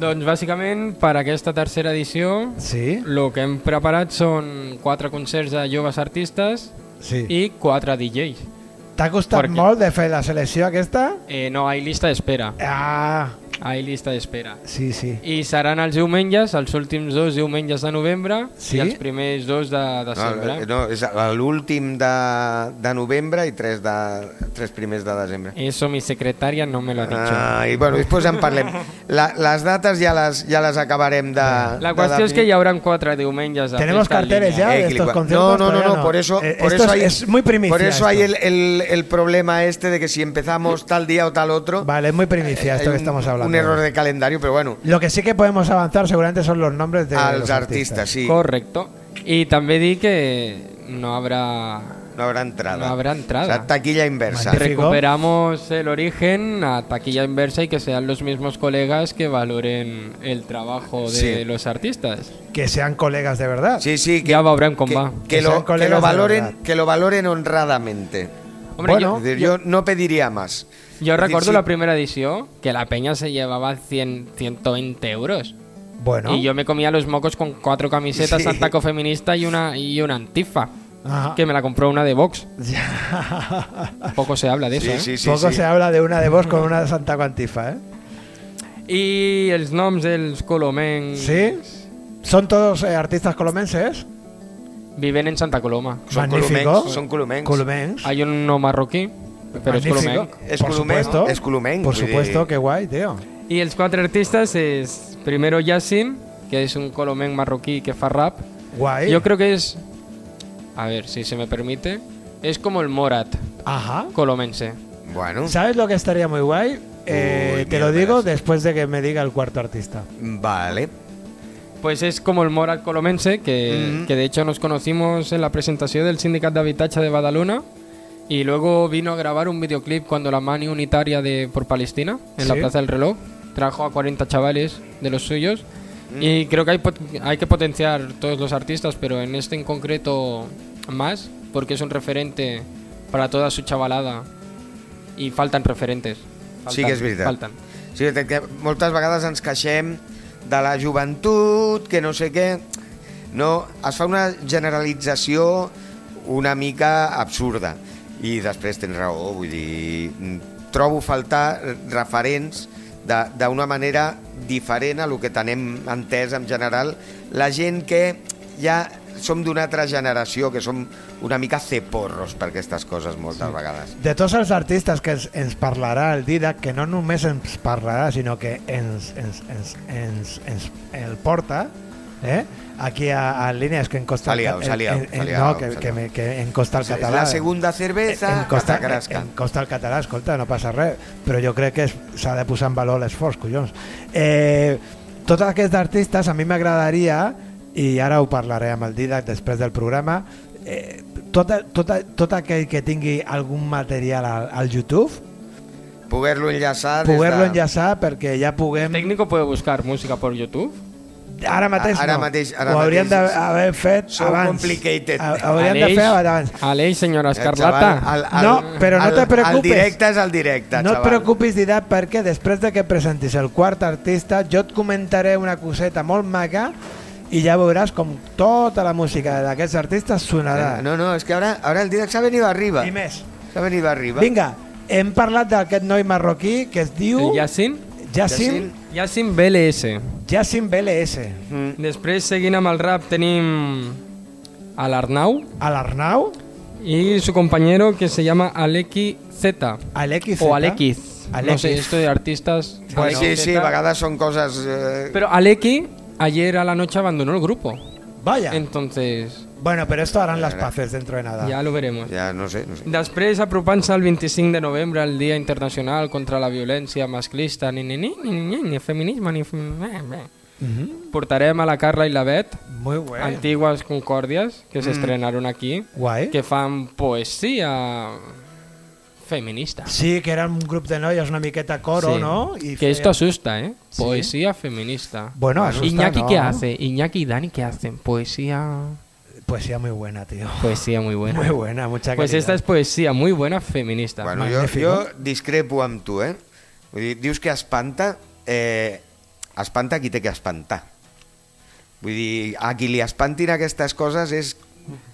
Speaker 7: Doncs bàsicament per aquesta tercera edició
Speaker 1: Sí.
Speaker 7: el que hem preparat són quatre concerts de joves artistes
Speaker 1: Sí.
Speaker 7: i quatre DJs.
Speaker 1: T'ha costat
Speaker 7: Perquè-
Speaker 1: molt de fer la selecció aquesta?
Speaker 7: Eh, no, hi ha llista d'espera.
Speaker 1: Ah,
Speaker 7: Hi ha llista d'espera.
Speaker 1: sí, sí.
Speaker 7: I seran els diumenges, els últims dos diumenges de novembre
Speaker 1: Sí? Ah, eh,
Speaker 7: i els primers dos de desembre.
Speaker 4: No, no, és l'últim de, de novembre i tres, de, tres primers de desembre.
Speaker 7: Eso mi secretària no me lo ha dicho.
Speaker 4: Ah, i bueno, després en parlem. La, les dates ja les, ja les acabarem de...
Speaker 7: La qüestió és que hi haurà quatre diumenges de
Speaker 1: Tenemos
Speaker 7: festa en
Speaker 1: carteles
Speaker 7: línia.
Speaker 1: ya de estos
Speaker 4: Equilibra-
Speaker 1: conciertos.
Speaker 4: No, no,
Speaker 1: todavía
Speaker 4: no, no, por eso,
Speaker 1: Eh,
Speaker 4: por
Speaker 1: esto
Speaker 4: eso
Speaker 1: es,
Speaker 4: hay,
Speaker 1: es muy primicia.
Speaker 4: Por eso
Speaker 1: esto.
Speaker 4: hay el, el, el problema este de que si empezamos tal día o tal otro.
Speaker 1: Vale, es muy primicia esto que
Speaker 4: Eh, hay un-
Speaker 1: estamos hablando.
Speaker 4: Un error de calendario, pero bueno,
Speaker 1: Lo que sí que podemos avanzar seguramente son los nombres de
Speaker 4: a
Speaker 1: los
Speaker 4: los artistas, sí.
Speaker 7: Correcto. I també dir que no habrá
Speaker 4: No habrá entrada.
Speaker 7: No habrá entrada.
Speaker 4: O sea, taquilla inversa.
Speaker 1: Magnífico.
Speaker 7: Recuperamos el origen a taquilla inversa y que sean los mismos colegas que valoren el trabajo de
Speaker 4: Sí.
Speaker 7: los artistas.
Speaker 1: Que sean colegas de verdad.
Speaker 4: Sí, sí, que,
Speaker 7: ya va a en
Speaker 4: que,
Speaker 7: comba.
Speaker 4: que
Speaker 1: Que sean
Speaker 4: lo, que
Speaker 1: colegas
Speaker 4: lo
Speaker 1: de
Speaker 4: valoren,
Speaker 1: verdad.
Speaker 4: que lo valoren honradamente.
Speaker 7: Hombre,
Speaker 1: bueno,
Speaker 4: Es decir, yo, no pediría más.
Speaker 7: Yo
Speaker 4: Es decir,
Speaker 7: recuerdo
Speaker 4: sí,
Speaker 7: la primera edición que la peña se llevaba 100, 120 euros.
Speaker 1: Bueno.
Speaker 7: Y yo me comía los mocos con cuatro camisetas,
Speaker 4: Sí.
Speaker 7: un taco feminista y una, y una antifa.
Speaker 1: Ajá.
Speaker 7: Que me la compró una de
Speaker 4: [LAUGHS]
Speaker 7: Vox. Poco se habla de eso.
Speaker 4: Sí,
Speaker 7: ¿eh?
Speaker 4: sí, sí.
Speaker 1: Poco
Speaker 4: sí.
Speaker 1: se habla de una de vos con una de Santa Cuantifa, ¿eh?
Speaker 7: Y els noms dels colomens
Speaker 1: ¿Sí? ¿Son todos eh, artistas colomenses?
Speaker 7: viven en Santa Coloma.
Speaker 4: Son
Speaker 1: Magnífico.
Speaker 4: columens, son columens.
Speaker 1: Colomens.
Speaker 7: Hay uno Ah, marroquí, pero es
Speaker 1: Magnífico.
Speaker 7: colomenc.
Speaker 4: Es
Speaker 1: Por
Speaker 4: colomenc,
Speaker 1: supuesto.
Speaker 4: es colomenc,
Speaker 1: Por
Speaker 4: vull
Speaker 1: supuesto,
Speaker 4: dir.
Speaker 1: qué guay, tío.
Speaker 7: Y los cuatro artistas es primero Yassin, que es un colomen marroquí que fa rap.
Speaker 1: Guay.
Speaker 7: Yo creo que es, a ver si se me permite, es como el Morat
Speaker 1: Ajá.
Speaker 7: colomense.
Speaker 4: Bueno,
Speaker 1: ¿Sabes lo que estaría muy guay? Eh,
Speaker 4: Uy,
Speaker 1: te
Speaker 4: mira,
Speaker 1: lo digo
Speaker 4: verás.
Speaker 1: después de que me diga el cuarto artista.
Speaker 4: vale.
Speaker 7: Pues es como el Morat colomense, que, que de hecho nos conocimos en la presentación del Sindicat d'Habitatge de Badalona y luego vino a grabar un videoclip cuando la Mani Unitaria de por Palestina, en la
Speaker 1: Sí.
Speaker 7: Plaza del Reloj, trajo a 40 chavales de los suyos
Speaker 4: Mm.
Speaker 7: y creo que hay, pot- hay que potenciar todos los artistas, pero en este en concreto más, porque es un referente para toda su chavalada y faltan referentes. Faltan,
Speaker 4: Sí que és veritat.
Speaker 7: Faltan.
Speaker 4: Sí, és que moltes vegades ens queixem de la joventut, que no sé què... No, es fa una generalització una mica absurda. I després tens raó, vull dir... mm, Trobo faltar referents de- d'una manera diferent a lo que tenem entès en general la gent que ja som d'una altra generació, que som una mica ceporros per aquestes coses moltes sí. vegades.
Speaker 1: De tots els artistes que ens, ens parlarà el Didac, que no només ens parlarà, sinó que ens, ens, ens, ens, ens el porta, eh? aquí a, a línies que en Costa...
Speaker 4: S'ha liado,
Speaker 1: el-
Speaker 4: s'ha liado,
Speaker 1: en- en-
Speaker 4: s'ha liado,
Speaker 1: no, que,
Speaker 4: s'ha
Speaker 1: que,
Speaker 4: liado.
Speaker 1: me, que en Costa el
Speaker 4: És
Speaker 1: català...
Speaker 4: la segunda cervesa,
Speaker 1: en Costa,
Speaker 4: catacrasca.
Speaker 1: en Costa el català, escolta, no passa res, però jo crec que es- s'ha de posar en valor l'esforç, collons. Eh, tots aquests artistes a mi m'agradaria, i ara ho parlaré amb el Didac després del programa, eh, tot, tot, tot aquell que tingui algun material al, al YouTube,
Speaker 4: Poder-lo enllaçar des
Speaker 1: poder-lo
Speaker 4: de...
Speaker 1: enllaçar perquè ja
Speaker 7: El
Speaker 1: puguem...
Speaker 7: técnico puede buscar música por YouTube.
Speaker 1: Ara mateix
Speaker 4: Ara
Speaker 1: no.
Speaker 4: mateix- ara
Speaker 1: ho hauríem
Speaker 4: mateix.
Speaker 1: d'haver fet
Speaker 4: So
Speaker 1: abans.
Speaker 4: complicated.
Speaker 1: Ha- Hauríem de
Speaker 7: Aleix-
Speaker 1: fer abans.
Speaker 7: Aleix, senyora
Speaker 4: Eh,
Speaker 7: Escarlata.
Speaker 4: Xaval,
Speaker 1: No, però no te
Speaker 4: El
Speaker 1: preocupes.
Speaker 4: directe és el directe,
Speaker 1: No et
Speaker 4: xaval.
Speaker 1: preocupis, Didac, perquè després de que presentis el quart artista, jo et comentaré una coseta molt maca i ja veuràs com tota la música d'aquests artistes sonarà.
Speaker 4: Eh, No, no, és que ara, ara el directe s'ha venit arriba.
Speaker 1: I més.
Speaker 4: S'ha venit arriba.
Speaker 1: Vinga, hem parlat d'aquest noi marroquí que es diu...
Speaker 7: El Yassin?
Speaker 1: Yassin,
Speaker 7: Yassin BLS.
Speaker 1: Yassin BLS.
Speaker 7: Mm. Després, seguint amb el rap, tenim a l'Arnau
Speaker 1: A l'Arnau,
Speaker 7: y su compañero que se llama Aleki Z.
Speaker 1: a l'XZ.
Speaker 7: O Alekiz. No
Speaker 1: Alekiz.
Speaker 7: sé, esto de artistas.
Speaker 4: Bueno,
Speaker 7: Aleki
Speaker 4: sí, sí,
Speaker 7: Z.
Speaker 4: a vegades són coses... Eh...
Speaker 7: Pero Aleki ayer a la noche abandonó el grupo.
Speaker 1: Vaya.
Speaker 7: Entonces,
Speaker 1: Bueno, pero esto harán las paces dentro de nada.
Speaker 7: ya lo veremos.
Speaker 4: Ja, no sé, no sé.
Speaker 7: Després, apropant-se al 25 de novembre, el Dia Internacional contra la Violència Masclista, ni, ni, ni, ni, ni, ni, ni feminisme, ni... feminisme. Portarem a la Carla i la Bet,
Speaker 1: Muy Mhm. bueno. Mm.
Speaker 7: antigues concòrdies, que s'estrenaron aquí,
Speaker 1: Guay.
Speaker 7: que fan poesia feminista.
Speaker 1: Sí, que era un grup de noies una miqueta coro,
Speaker 7: Sí.
Speaker 1: no? I
Speaker 7: que esto
Speaker 1: feien-
Speaker 7: asusta, ¿eh? Poesía feminista.
Speaker 1: Bueno, asusta,
Speaker 7: Iñaki,
Speaker 1: no,
Speaker 7: ¿qué
Speaker 1: no?
Speaker 7: hace? Iñaki y Dani, ¿qué hacen? Poesía...
Speaker 1: Poesía Pues muy buena, tío.
Speaker 7: Poesía muy buena.
Speaker 1: Muy buena, mucha
Speaker 7: Pues
Speaker 1: calidad.
Speaker 7: esta es poesía muy buena feminista.
Speaker 4: Bueno, jo,
Speaker 1: Magnífic,
Speaker 4: jo discrepo amb tu, eh? Vull dir, dius que espanta... Eh, espanta qui té que espantar. Vull dir, a qui li espantin aquestes coses és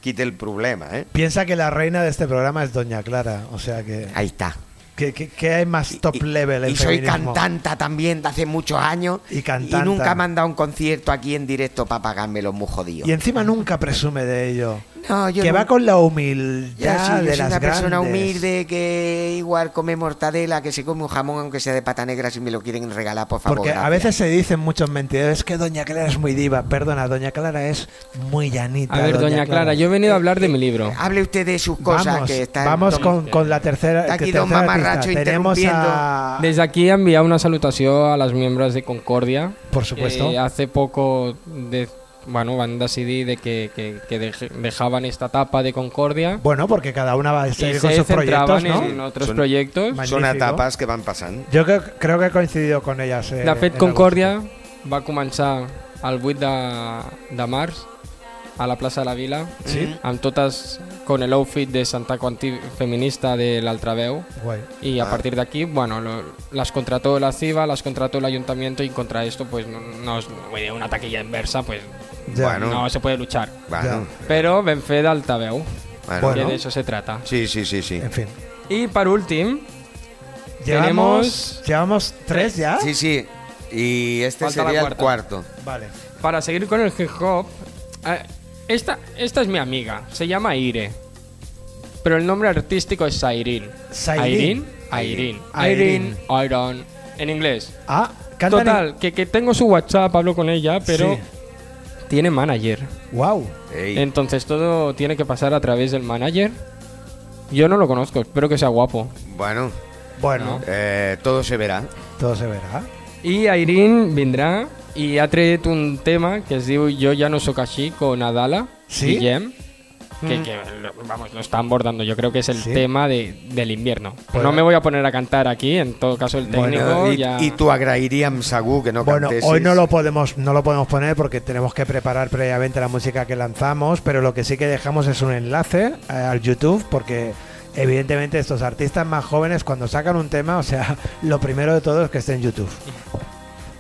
Speaker 4: qui té el problema, eh?
Speaker 1: Piensa que la reina de este programa es Doña Clara, o sea que...
Speaker 4: Ahí está.
Speaker 1: que, que- que hay más top
Speaker 4: Y-
Speaker 1: level en
Speaker 4: Y soy
Speaker 1: feminismo?
Speaker 4: cantanta también de hace muchos años.
Speaker 1: Y cantanta.
Speaker 4: nunca me han dado un concierto aquí en directo para pagármelo muy jodido.
Speaker 1: Y encima nunca presume de ello.
Speaker 4: No, yo
Speaker 1: que
Speaker 4: no-
Speaker 1: va con la
Speaker 4: Ya, sí,
Speaker 1: humildad
Speaker 4: yo
Speaker 1: de
Speaker 4: soy
Speaker 1: las
Speaker 4: una persona
Speaker 1: grandes.
Speaker 4: humilde que igual come mortadela, que se come un jamón aunque sea de pata negra si me lo quieren regalar, por favor.
Speaker 1: Porque a
Speaker 4: gracias.
Speaker 1: veces se dicen muchos mentideros, es que Doña Clara es muy diva. Perdona, Doña Clara es muy llanita.
Speaker 7: A ver, doña, Clara, yo he venido a hablar de mi
Speaker 1: Eh,
Speaker 7: libro.
Speaker 1: ah.
Speaker 4: Hable usted de sus cosas
Speaker 1: Vamos,
Speaker 4: que están...
Speaker 1: vamos con, con la tercera.
Speaker 4: Está aquí
Speaker 1: tercera
Speaker 4: don mamarracho
Speaker 1: artista. Tenemos a.
Speaker 7: Desde aquí he enviado una salutación a las miembros de Concordia.
Speaker 1: Por supuesto.
Speaker 7: Eh, hace poco, de, bueno, van decidir de que, que- que dej- dejaban esta etapa de Concordia
Speaker 1: Bueno, porque cada una va a
Speaker 7: y
Speaker 1: seguir con
Speaker 7: se
Speaker 1: sus proyectos,
Speaker 7: centraban
Speaker 1: ¿no?
Speaker 7: en otros
Speaker 4: Son-
Speaker 7: proyectos.
Speaker 1: Magnífico.
Speaker 4: Son etapas que van pasando.
Speaker 1: Yo creo, creo que he coincidido con ellas. eh,
Speaker 7: De fet,
Speaker 1: en
Speaker 7: Concòrdia va començar el 8 de, de març a la Plaza de la Vila amb totes con el outfit de Santa antifeminista de l'Altraveu
Speaker 1: Guay.
Speaker 7: y a partir de aquí, bueno, lo- las contrató la CIVA, las contrató el Ayuntamiento y contra esto pues no, no es vull dir, una taquilla inversa, pues
Speaker 1: Ya.
Speaker 4: Bueno.
Speaker 7: no se puede luchar.
Speaker 4: Bueno,
Speaker 7: Però vam fer d'Altaveu,
Speaker 4: bueno.
Speaker 7: que
Speaker 1: Bueno.
Speaker 7: de eso se trata.
Speaker 4: Sí, sí, sí, sí.
Speaker 1: En fin.
Speaker 7: Y per últim,
Speaker 1: Llevamos,
Speaker 7: Tenemos-
Speaker 1: llevamos tres ya.
Speaker 4: Sí, sí. Y este
Speaker 7: Falta la
Speaker 4: sería el
Speaker 7: cuarta.
Speaker 4: cuarto.
Speaker 1: Vale.
Speaker 7: para seguir con el hip hop, eh, esta, esta es mi amiga, se llama Ire. Pero el nombre artístico es Sairin.
Speaker 1: Sairin.
Speaker 7: Irene.
Speaker 1: Irene.
Speaker 7: Irene. Irene. En inglés.
Speaker 1: Ah, cantan
Speaker 7: Total, que, que tengo su WhatsApp, hablo con ella, pero
Speaker 1: Sí.
Speaker 7: tiene manager.
Speaker 1: Wow.
Speaker 4: Ey.
Speaker 7: Entonces todo tiene que pasar a través del manager. Yo no lo conozco, espero que sea guapo.
Speaker 4: Bueno,
Speaker 7: No.
Speaker 1: Bueno,
Speaker 4: eh, todo se verá.
Speaker 1: todo se verá.
Speaker 7: I Irene vindrà i ha tret un tema que es diu Jo ja no sóc així con Adala,
Speaker 1: Sí?
Speaker 7: Guillem, que, que lo- vamos, lo están bordando. Yo creo que es el
Speaker 1: Sí.
Speaker 7: tema de, del invierno.
Speaker 1: Pues-
Speaker 7: no me voy a poner a cantar aquí, en todo caso el técnico
Speaker 4: Bueno, y,
Speaker 7: ya...
Speaker 4: y tu agrairíam sagú que no
Speaker 1: Bueno,
Speaker 4: cantesis.
Speaker 1: hoy no lo podemos no lo podemos poner porque tenemos que preparar previamente la música que lanzamos, pero lo que sí que dejamos es un enlace eh, al YouTube porque evidentemente estos artistas más jóvenes cuando sacan un tema, o sea, [LAUGHS] lo primero de todo es que esté en YouTube.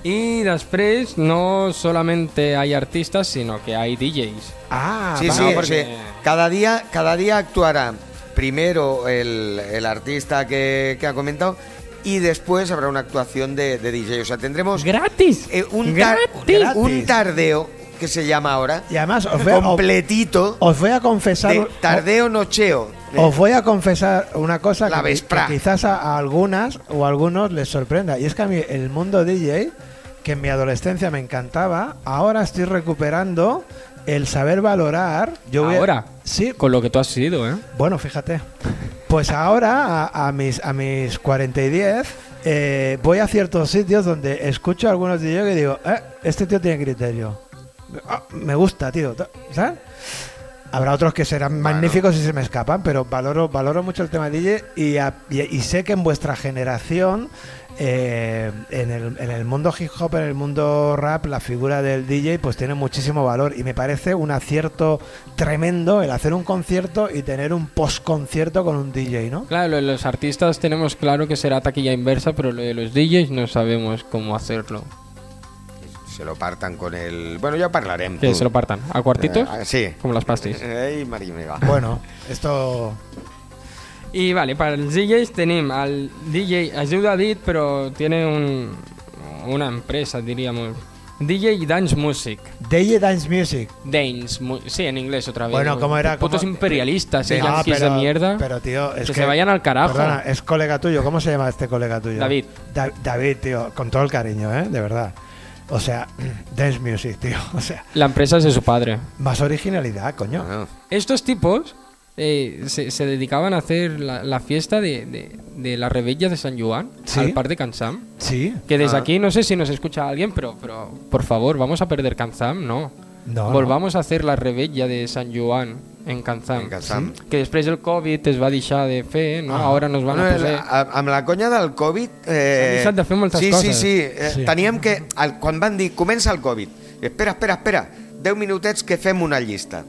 Speaker 7: I després no solamente hay artistas, sino que hay DJs.
Speaker 1: Ah,
Speaker 4: Sí,
Speaker 7: va,
Speaker 4: sí,
Speaker 7: no,
Speaker 4: sí.
Speaker 7: porque-
Speaker 4: Cada día, cada día actuará primero el, el artista que, que ha comentado y después habrá una actuación de, de DJ. O sea, tendremos
Speaker 7: ¡Gratis!
Speaker 4: eh, un, tar-
Speaker 1: Gratis.
Speaker 4: un tardeo que se llama ahora,
Speaker 1: Y además os voy a, os-
Speaker 4: completito,
Speaker 1: os voy a confesar
Speaker 4: de tardeo nocheo.
Speaker 1: Os voy a confesar una cosa
Speaker 4: La
Speaker 1: que,
Speaker 4: vesprá.
Speaker 1: que quizás a, a algunas o a algunos les sorprenda. Y es que a mí el mundo DJ, que en mi adolescencia me encantaba, ahora estoy recuperando el saber valorar. Yo voy a-
Speaker 7: Ahora,
Speaker 1: sí,
Speaker 7: con lo que tú has sido, ¿eh?
Speaker 1: bueno, fíjate. Pues ahora, a, a mis, a mis 40 y 10, eh, voy a ciertos sitios donde escucho a algunos de ellos que digo, "Eh, este tío tiene criterio. Ah, me gusta, tío. ¿Sabes? Habrá otros que serán magníficos y se me escapan, pero valoro, valoro mucho el tema DJ y, a- y- y sé que en vuestra generación, eh, en, el, en el mundo hip hop, en el mundo rap, la figura del DJ pues tiene muchísimo valor y me parece un acierto tremendo el hacer un concierto y tener un post concierto con un DJ, ¿no?
Speaker 7: Claro, lo de los artistas tenemos claro que será taquilla inversa, pero lo de los DJs no sabemos cómo hacerlo.
Speaker 4: Se lo partan con el... Bueno, ya parlaremos.
Speaker 7: Que se lo partan a cuartitos,
Speaker 4: Eh, sí.
Speaker 7: como las pastis.
Speaker 4: Ey, Mari, me va.
Speaker 1: Bueno, esto
Speaker 7: I vale, per als DJs tenim el DJ, es diu David, però tiene un, una empresa, diríem. DJ Dance Music.
Speaker 1: DJ Dance Music.
Speaker 7: Dance, mu- sí, en inglés otra vez.
Speaker 1: Bueno,
Speaker 7: ¿no?
Speaker 1: como era,
Speaker 7: Putos
Speaker 1: como-
Speaker 7: imperialistas, eh,
Speaker 1: No,
Speaker 7: yanquis de mierda.
Speaker 1: Pero tío, es
Speaker 7: Que se vayan al carajo.
Speaker 1: Perdona, es colega tuyo. ¿Cómo se llama este colega tuyo?
Speaker 7: David.
Speaker 1: Da- David, tío, con todo el cariño, ¿eh? De verdad. O sea, [CLEARS THROAT] dance music, tío. [LAUGHS] O sea,
Speaker 7: La empresa es de su padre.
Speaker 1: más originalidad, coño.
Speaker 4: Bueno,
Speaker 7: Estos tipos eh, se, se dedicaban a hacer la, la fiesta de, de, de la rebella de San Juan
Speaker 1: Sí.
Speaker 7: al par de Cansam.
Speaker 1: Sí.
Speaker 7: Que
Speaker 4: Ah.
Speaker 7: desde aquí no sé si nos escucha alguien, pero, pero por favor, vamos a perder Kanzam, no.
Speaker 1: No,
Speaker 7: Volvamos a hacer la rebella de San Joan en Kanzam.
Speaker 4: En Kanzam.
Speaker 7: Que després del Covid es va deixar de fer, no? Ahora nos van
Speaker 4: Bueno,
Speaker 7: a
Speaker 4: el-
Speaker 7: poder...
Speaker 4: a- amb la conya del Covid... Eh,
Speaker 7: eh, S'han deixat de fer moltes
Speaker 4: sí, Sí,
Speaker 7: coses.
Speaker 4: sí, eh,
Speaker 1: Sí.
Speaker 4: Teníem que... El, quan van dir, comença el Covid, espera, espera, espera, 10 minutets que fem una llista.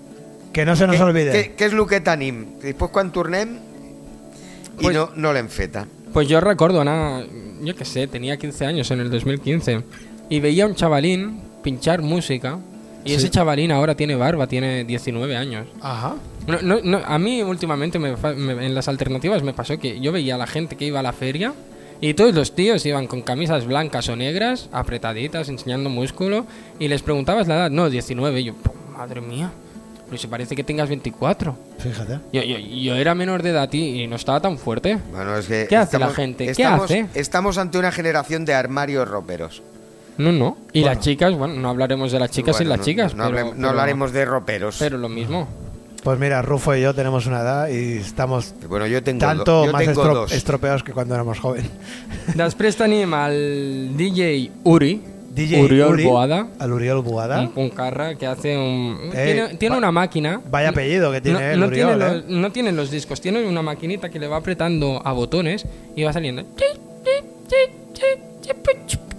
Speaker 1: Que no se nos
Speaker 4: Què-
Speaker 1: olvide.
Speaker 4: Què, què és el que tenim? Després quan tornem... I
Speaker 7: Pues-
Speaker 4: no, no l'hem feta.
Speaker 7: Pues yo recuerdo, Ana, yo qué sé, tenía 15 años en el 2015 y veía a un chavalín pinchar música y ese chavalín ahora tiene barba, tiene 19 años.
Speaker 1: Ajá.
Speaker 7: No, no, no, a mí últimamente me fa- me- en las alternativas me pasó que yo veía a la gente que iba a la feria y todos los tíos iban con camisas blancas o negras, apretaditas, enseñando músculo y les preguntabas la edad, no, 19, y yo, "Pum, madre mía, pero si parece que tengas 24.
Speaker 1: Fíjate.
Speaker 7: Yo, yo, yo era menor de edad y, y no estaba tan fuerte.
Speaker 4: Bueno, es que
Speaker 7: ¿Qué hace la gente? ¿Qué
Speaker 4: estamos,
Speaker 7: hace?
Speaker 4: Estamos ante una generación de armarios roperos.
Speaker 7: No, no. Y las chicas, bueno, no hablaremos de las chicas sin
Speaker 4: Bueno,
Speaker 7: las chicas.
Speaker 4: No, no
Speaker 7: pero-
Speaker 4: hablem- no
Speaker 7: pero-
Speaker 4: hablaremos de roperos.
Speaker 7: Pero lo mismo.
Speaker 1: Pues mira, Rufo y yo tenemos una edad y estamos
Speaker 4: bueno, yo tengo,
Speaker 1: tanto
Speaker 4: do- yo
Speaker 1: más
Speaker 4: tengo
Speaker 1: estro-
Speaker 4: dos.
Speaker 1: estropeados que cuando éramos [LAUGHS] jóvenes.
Speaker 7: Després tenim el DJ Uri.
Speaker 1: DJ
Speaker 7: Uriol
Speaker 1: Uri,
Speaker 7: Boada.
Speaker 1: Al Uriol Boada.
Speaker 7: Un puncarra que hace un...
Speaker 1: Eh,
Speaker 7: tiene tiene
Speaker 1: va-
Speaker 7: una máquina.
Speaker 1: Vaya apellido que tiene
Speaker 7: no,
Speaker 1: el
Speaker 7: no
Speaker 1: Uriol,
Speaker 7: tiene
Speaker 1: ¿eh?
Speaker 7: los, no tiene los discos, tiene una maquinita que le va apretando a botones y va saliendo.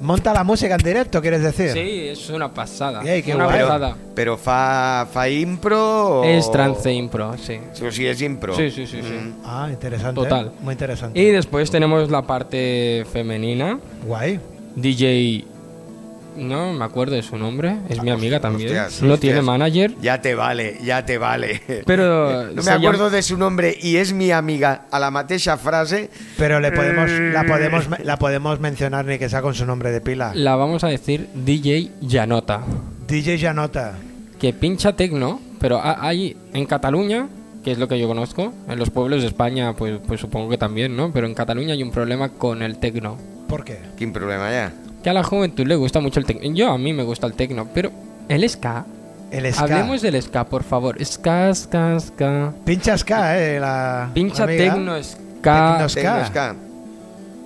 Speaker 1: Monta la música en directo, quieres decir.
Speaker 7: Sí, es una pasada.
Speaker 1: Ey, qué
Speaker 7: una
Speaker 1: guay.
Speaker 7: pasada.
Speaker 4: Pero fa, fa impro o...
Speaker 7: Es trance impro, sí.
Speaker 4: O si es impro.
Speaker 7: Sí, sí, sí, sí.
Speaker 1: Ah, interesante.
Speaker 7: Total.
Speaker 1: Muy interesante.
Speaker 7: Y después tenemos la parte femenina.
Speaker 1: Guay.
Speaker 7: DJ. No me acuerdo de su nombre. Es
Speaker 1: Ah,
Speaker 7: mi amiga también.
Speaker 4: hostias,
Speaker 7: no
Speaker 4: hostias.
Speaker 7: tiene manager.
Speaker 4: Ya te vale, ya te vale.
Speaker 7: Pero.
Speaker 4: No
Speaker 7: se llama-
Speaker 4: me acuerdo de su nombre y es mi amiga a la mateixa frase.
Speaker 1: Pero le podemos, la podemos, la podemos mencionar ni que sea con su nombre de pila.
Speaker 7: La vamos a decir DJ Janota.
Speaker 1: DJ Janota.
Speaker 7: Que pincha tecno, pero ha- hay en Cataluña, que es lo que yo conozco. En los pueblos de España, pues, pues supongo que también, ¿no? Pero en Cataluña hay un problema con el tecno.
Speaker 1: ¿Por qué?
Speaker 4: ¿Qué problema ya?
Speaker 7: Que a la juventud le gusta mucho el tecno. Yo a mí me gusta el tecno, pero el ska.
Speaker 1: El ska.
Speaker 7: Hablemos del ska, por favor. Ska, ska, ska.
Speaker 1: Pincha ska, eh, la
Speaker 7: Pincha
Speaker 1: amiga.
Speaker 7: tecno, ska,
Speaker 1: Tecno ska.
Speaker 4: Tecnosca.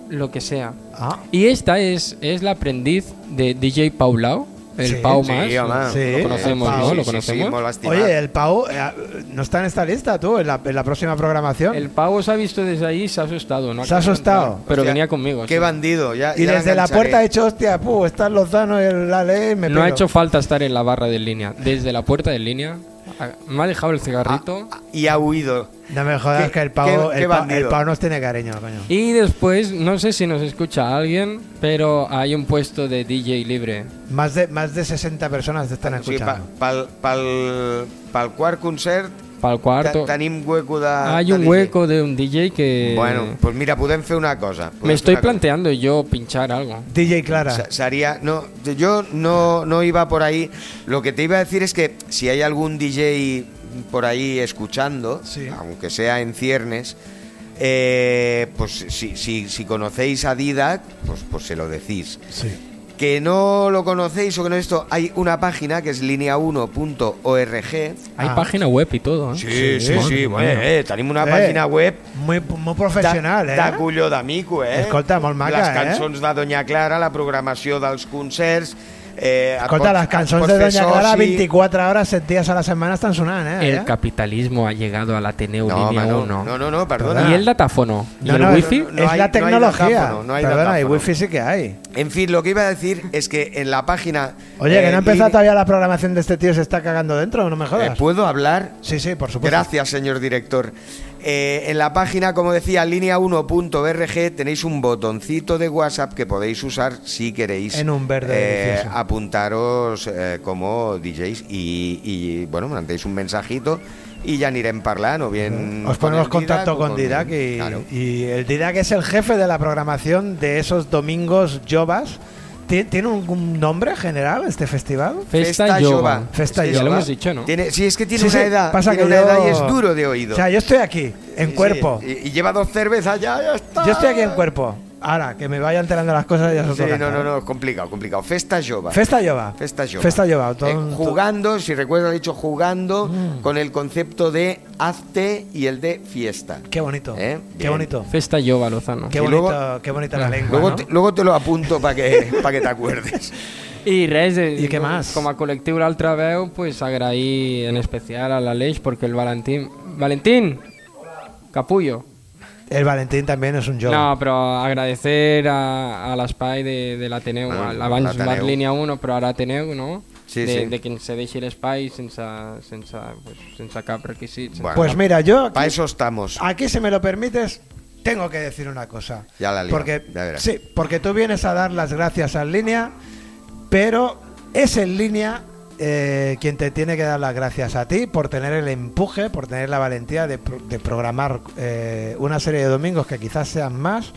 Speaker 7: lo que sea.
Speaker 1: Ah,
Speaker 7: Y esta es, es la aprendiz de DJ Paulau, el
Speaker 1: Sí.
Speaker 7: Pau
Speaker 4: Sí,
Speaker 7: Mas.
Speaker 4: home.
Speaker 1: Sí.
Speaker 7: Lo conocemos,
Speaker 1: Pau,
Speaker 7: ¿no?
Speaker 1: sí,
Speaker 7: lo
Speaker 4: Sí,
Speaker 7: conocemos.
Speaker 4: molt estimat.
Speaker 1: Oye, el Pau eh, no está en esta lista, tú, en la, en la próxima programación.
Speaker 7: el Pau se ha visto desde ahí y se ha asustado, ¿no?
Speaker 1: Ah. Se ha asustado.
Speaker 7: Pero
Speaker 4: Hostia,
Speaker 7: venía conmigo.
Speaker 4: Qué
Speaker 7: sí.
Speaker 4: bandido. Ya,
Speaker 1: y
Speaker 4: ya
Speaker 1: desde la
Speaker 4: engancharé.
Speaker 1: puerta ha hecho, hostia, puh, está Lozano en la ley. Me
Speaker 7: No ha
Speaker 1: piro.
Speaker 7: hecho falta estar en la barra de línea. Desde la puerta de línea. a- Me ha dejado el cigarrito.
Speaker 4: Y ha huido.
Speaker 1: No me jodas
Speaker 4: Qué-
Speaker 1: que el Pau,
Speaker 4: qué-
Speaker 1: el,
Speaker 4: qué
Speaker 1: Pau-
Speaker 4: bandido.
Speaker 1: el Pau nos tiene cariño, coño.
Speaker 7: Y después, no sé si nos escucha alguien, pero hay un puesto de DJ libre.
Speaker 1: Más de, más de 60 personas te están
Speaker 4: O sigui,
Speaker 1: escuchando.
Speaker 4: pa- pel, pel, pel quart concert
Speaker 7: Para el
Speaker 4: te-
Speaker 7: cuarto.
Speaker 4: tenim hueco de...
Speaker 7: Hay
Speaker 4: de
Speaker 7: un
Speaker 4: DJ.
Speaker 7: hueco de un DJ que.
Speaker 4: Bueno, pues mira, podem fer una cosa. Podem
Speaker 7: me
Speaker 4: fer
Speaker 7: estoy
Speaker 4: una cosa.
Speaker 7: planteando yo pinchar algo.
Speaker 1: DJ Clara.
Speaker 4: Se- Sería, no, yo no, no iba por ahí. Lo que te iba a decir es que si hay algún DJ por ahí escuchando,
Speaker 1: Sí.
Speaker 4: aunque sea en ciernes, eh, pues si, si, si conocéis a Didac, pues, pues se lo decís.
Speaker 1: Sí.
Speaker 4: Que no lo conocéis o que no esto, hay una página que es linea1.org.
Speaker 7: Hay
Speaker 1: Ah.
Speaker 7: página web y todo, ¿eh?
Speaker 4: Sí, sí, sí, bueno, tenemos una
Speaker 1: Eh,
Speaker 4: página web
Speaker 1: Muy, muy profesional,
Speaker 4: de,
Speaker 1: eh?
Speaker 4: de colló d'amico, eh?
Speaker 1: Escolta, molt maca,
Speaker 4: Les
Speaker 1: eh?
Speaker 4: cançons de Doña Clara, la programació dels concerts... Eh, et
Speaker 1: Escolta,
Speaker 4: pots-
Speaker 1: las
Speaker 4: et
Speaker 1: canciones
Speaker 4: pots
Speaker 1: de
Speaker 4: fer
Speaker 1: Doña Clara
Speaker 4: soci.
Speaker 1: 24 horas, 7 días a la semana están sonando, ¿eh?
Speaker 7: El
Speaker 1: ¿Eh?
Speaker 7: capitalismo ha llegado al Ateneo
Speaker 4: No, home,
Speaker 7: Línea
Speaker 4: no,
Speaker 7: 1.
Speaker 4: no, no, no, perdona.
Speaker 7: ¿Y el datáfono? ¿Y
Speaker 1: Ah. No,
Speaker 7: el
Speaker 1: no,
Speaker 7: wifi?
Speaker 1: no, no, es
Speaker 4: hay- no
Speaker 1: la
Speaker 4: hay
Speaker 1: tecnología.
Speaker 4: datáfono, no hay
Speaker 1: Perdona, y
Speaker 4: datáfono.
Speaker 1: wifi sí que hay.
Speaker 4: En fin, lo que iba a decir es que en la página...
Speaker 1: Oye, que no ha empezado
Speaker 4: Lini-
Speaker 1: todavía la programación de este tío, se está cagando dentro, no me jodas.
Speaker 4: Eh, ¿Puedo hablar?
Speaker 1: sí, sí, por supuesto.
Speaker 4: Gracias, señor director. Eh, en la página, como decía, línea1.org, tenéis un botoncito de WhatsApp que podéis usar si queréis
Speaker 1: En un verde
Speaker 4: eh,
Speaker 1: delicioso.
Speaker 4: apuntaros eh, como DJs y, y, bueno, mandéis un mensajito y ya anirem parlant o bien...
Speaker 1: Os ponemos
Speaker 4: con el Didac
Speaker 1: contacto
Speaker 4: o
Speaker 1: con Didac y,
Speaker 4: Claro.
Speaker 1: y el Didac es el jefe de la programación de esos domingos Jovas. ¿Ti- ¿Tiene un, un nombre general este festival?
Speaker 7: Festa,
Speaker 4: Festa
Speaker 7: Yoga.
Speaker 4: Yoga.
Speaker 1: Festa
Speaker 7: Ya lo
Speaker 1: Yoga.
Speaker 7: hemos dicho, ¿no?
Speaker 4: Tiene- sí, es que tiene
Speaker 1: Sí,
Speaker 4: una
Speaker 1: sí,
Speaker 4: edad,
Speaker 1: pasa
Speaker 4: tiene
Speaker 1: que
Speaker 4: una
Speaker 1: yo-
Speaker 4: edad y es duro de oído.
Speaker 1: O sea, yo estoy aquí, en
Speaker 4: Sí,
Speaker 1: cuerpo.
Speaker 4: sí, Y, y lleva dos cervezas, ya, ya está.
Speaker 1: Yo estoy aquí en cuerpo. Ahora, que me vaya enterando las cosas ya es
Speaker 4: Sí,
Speaker 1: otro
Speaker 4: no,
Speaker 1: cantar.
Speaker 4: no, no, complicado, complicado. Festa Jova.
Speaker 1: Festa Jova.
Speaker 4: Festa Jova.
Speaker 1: Festa Jova. Todo- Mm.
Speaker 4: Eh, jugando, si recuerdas, he dicho jugando con el concepto de hazte y el de fiesta.
Speaker 1: Qué bonito.
Speaker 4: Eh,
Speaker 1: Qué
Speaker 4: bien.
Speaker 1: bonito.
Speaker 7: Festa Yoga, Lozano.
Speaker 1: Qué
Speaker 4: Y
Speaker 1: bonito,
Speaker 4: luego- Ah,
Speaker 1: qué bonita la lengua.
Speaker 4: Luego,
Speaker 1: ¿no?
Speaker 4: te, luego te lo apunto para que, [LAUGHS] pa que te acuerdes.
Speaker 7: I res, eh,
Speaker 1: I què més?
Speaker 7: com a col·lectiu l'altra veu, pues, agrair en especial a l'Aleix perquè el Valentín... Valentín! Capullo.
Speaker 1: El Valentín también es un Jova.
Speaker 7: No, però agradecer a, a l'espai de, de l'Ateneu.
Speaker 4: Bueno,
Speaker 7: Bueno, Abans
Speaker 4: l'Ateneu.
Speaker 7: va línia 1, però ara Ateneu, no? de,
Speaker 4: Sí, sí.
Speaker 7: de que ens deixi l'espai sense, sense, pues, sense cap requisit. Sense...
Speaker 4: Bueno.
Speaker 1: Pues mira, yo aquí,
Speaker 4: Para eso estamos.
Speaker 1: aquí, si me lo permites, tengo que decir una cosa.
Speaker 4: Ya la lío,
Speaker 1: porque,
Speaker 4: ya verás.
Speaker 1: Sí, porque tú vienes a dar las gracias a En Línea, pero es En Línea eh, quien te tiene que dar las gracias a ti por tener el empuje, por tener la valentía de, pro- de programar eh, una serie de domingos que quizás sean más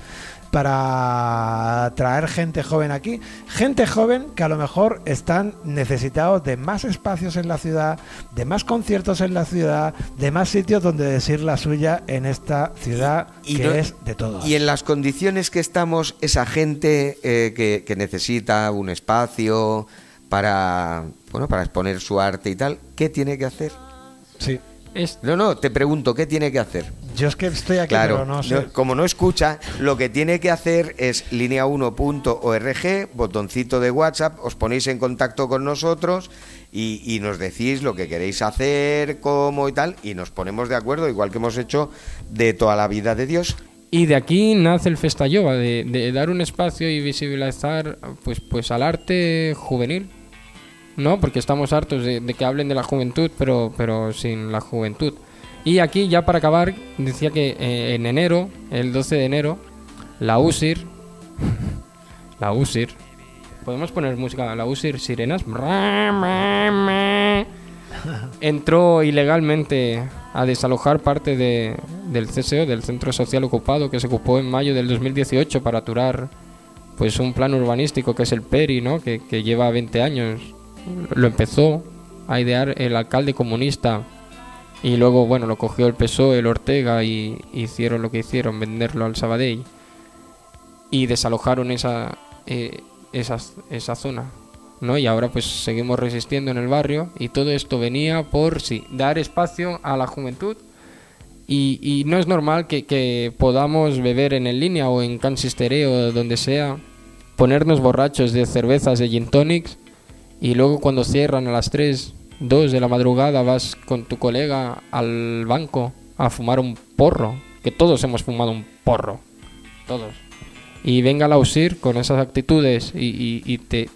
Speaker 1: para traer gente joven aquí, gente joven que a lo mejor están necesitados de más espacios en la ciudad, de más conciertos en la ciudad, de más sitios donde decir la suya en esta ciudad
Speaker 4: Y
Speaker 1: que
Speaker 4: no-
Speaker 1: es de todos.
Speaker 4: Y en las condiciones que estamos, esa gente eh, que, que necesita un espacio para, bueno, para exponer su arte y tal, ¿qué tiene que hacer?
Speaker 1: Sí.
Speaker 7: És-
Speaker 4: No, no, te pregunto, ¿qué tiene que hacer?
Speaker 1: Yo es que estoy aquí,
Speaker 4: Claro,
Speaker 1: pero no sé.
Speaker 4: no- como no escucha, lo que tiene que hacer es línea1.org, botoncito de WhatsApp, os ponéis en contacto con nosotros y, y nos decís lo que queréis hacer, cómo y tal, y nos ponemos de acuerdo, igual que hemos hecho de toda la vida de Dios.
Speaker 7: Y de aquí nace el Festa Jova, de, de dar un espacio y visibilizar pues, pues al arte juvenil. ¿No? Porque estamos hartos de, de que hablen de la juventud, pero, pero sin la juventud. Y aquí, ya para acabar, decía que eh, en enero, el 12 de enero, la USIR. [LAUGHS] La USIR. Podemos poner música, la USIR, sirenas. Entró ilegalmente a desalojar parte de- del CSO, del Centro Social Ocupado, que se ocupó en mayo del 2018 para aturar pues un plan urbanístico que es el PERI, ¿no? que, que lleva 20 años. Lo empezó a idear el alcalde comunista y luego, bueno, lo cogió el PSOE, E, el Ortega y hicieron lo que hicieron, venderlo al Sabadell y desalojaron esa, eh, esas- esa zona. ¿no? Y ahora pues seguimos resistiendo en el barrio y todo esto venía por sí, dar espacio a la juventud y, y no es normal que, que podamos beber en el línea o en Cansistereo o donde sea, ponernos borrachos de cervezas de gin tonics y luego cuando cierran a las 3, 2 de la madrugada vas con tu colega al banco a fumar un porro, que todos hemos fumado un porro, todos y venga la USIR con esas actitudes y, y- y te,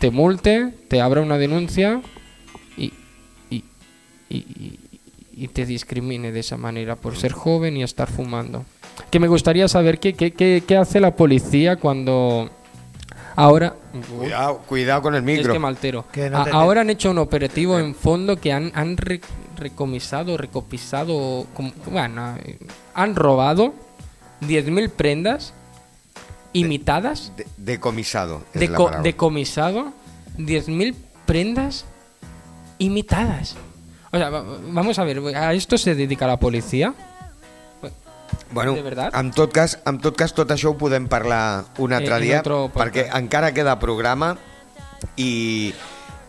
Speaker 7: te multe, te abra una denuncia y, y, y- y- y te discrimine de esa manera por ser joven y estar fumando. Que me gustaría saber qué, qué, qué, qué hace la policía cuando ahora...
Speaker 4: Cuidado, cuidado con el
Speaker 7: Es
Speaker 4: micro.
Speaker 7: que me altero.
Speaker 1: Que no
Speaker 7: A-
Speaker 1: te-
Speaker 7: ahora han hecho un operativo en fondo que han, han re- recomisado, recopisado, com- bueno, eh, han robado 10.000 prendas imitadas,
Speaker 4: De- decomisado. es la
Speaker 7: deco-
Speaker 4: palabra.
Speaker 7: decomisado 10.000 prendas imitadas. O sea, va- vamos a ver, ¿a esto se dedica la policía?
Speaker 4: Bueno,
Speaker 7: De veritat?
Speaker 4: en tot cas, en tot cas tot això ho podem parlar un altre
Speaker 7: Eh, en
Speaker 4: dia,
Speaker 7: otro podcast.
Speaker 4: perquè encara queda programa i,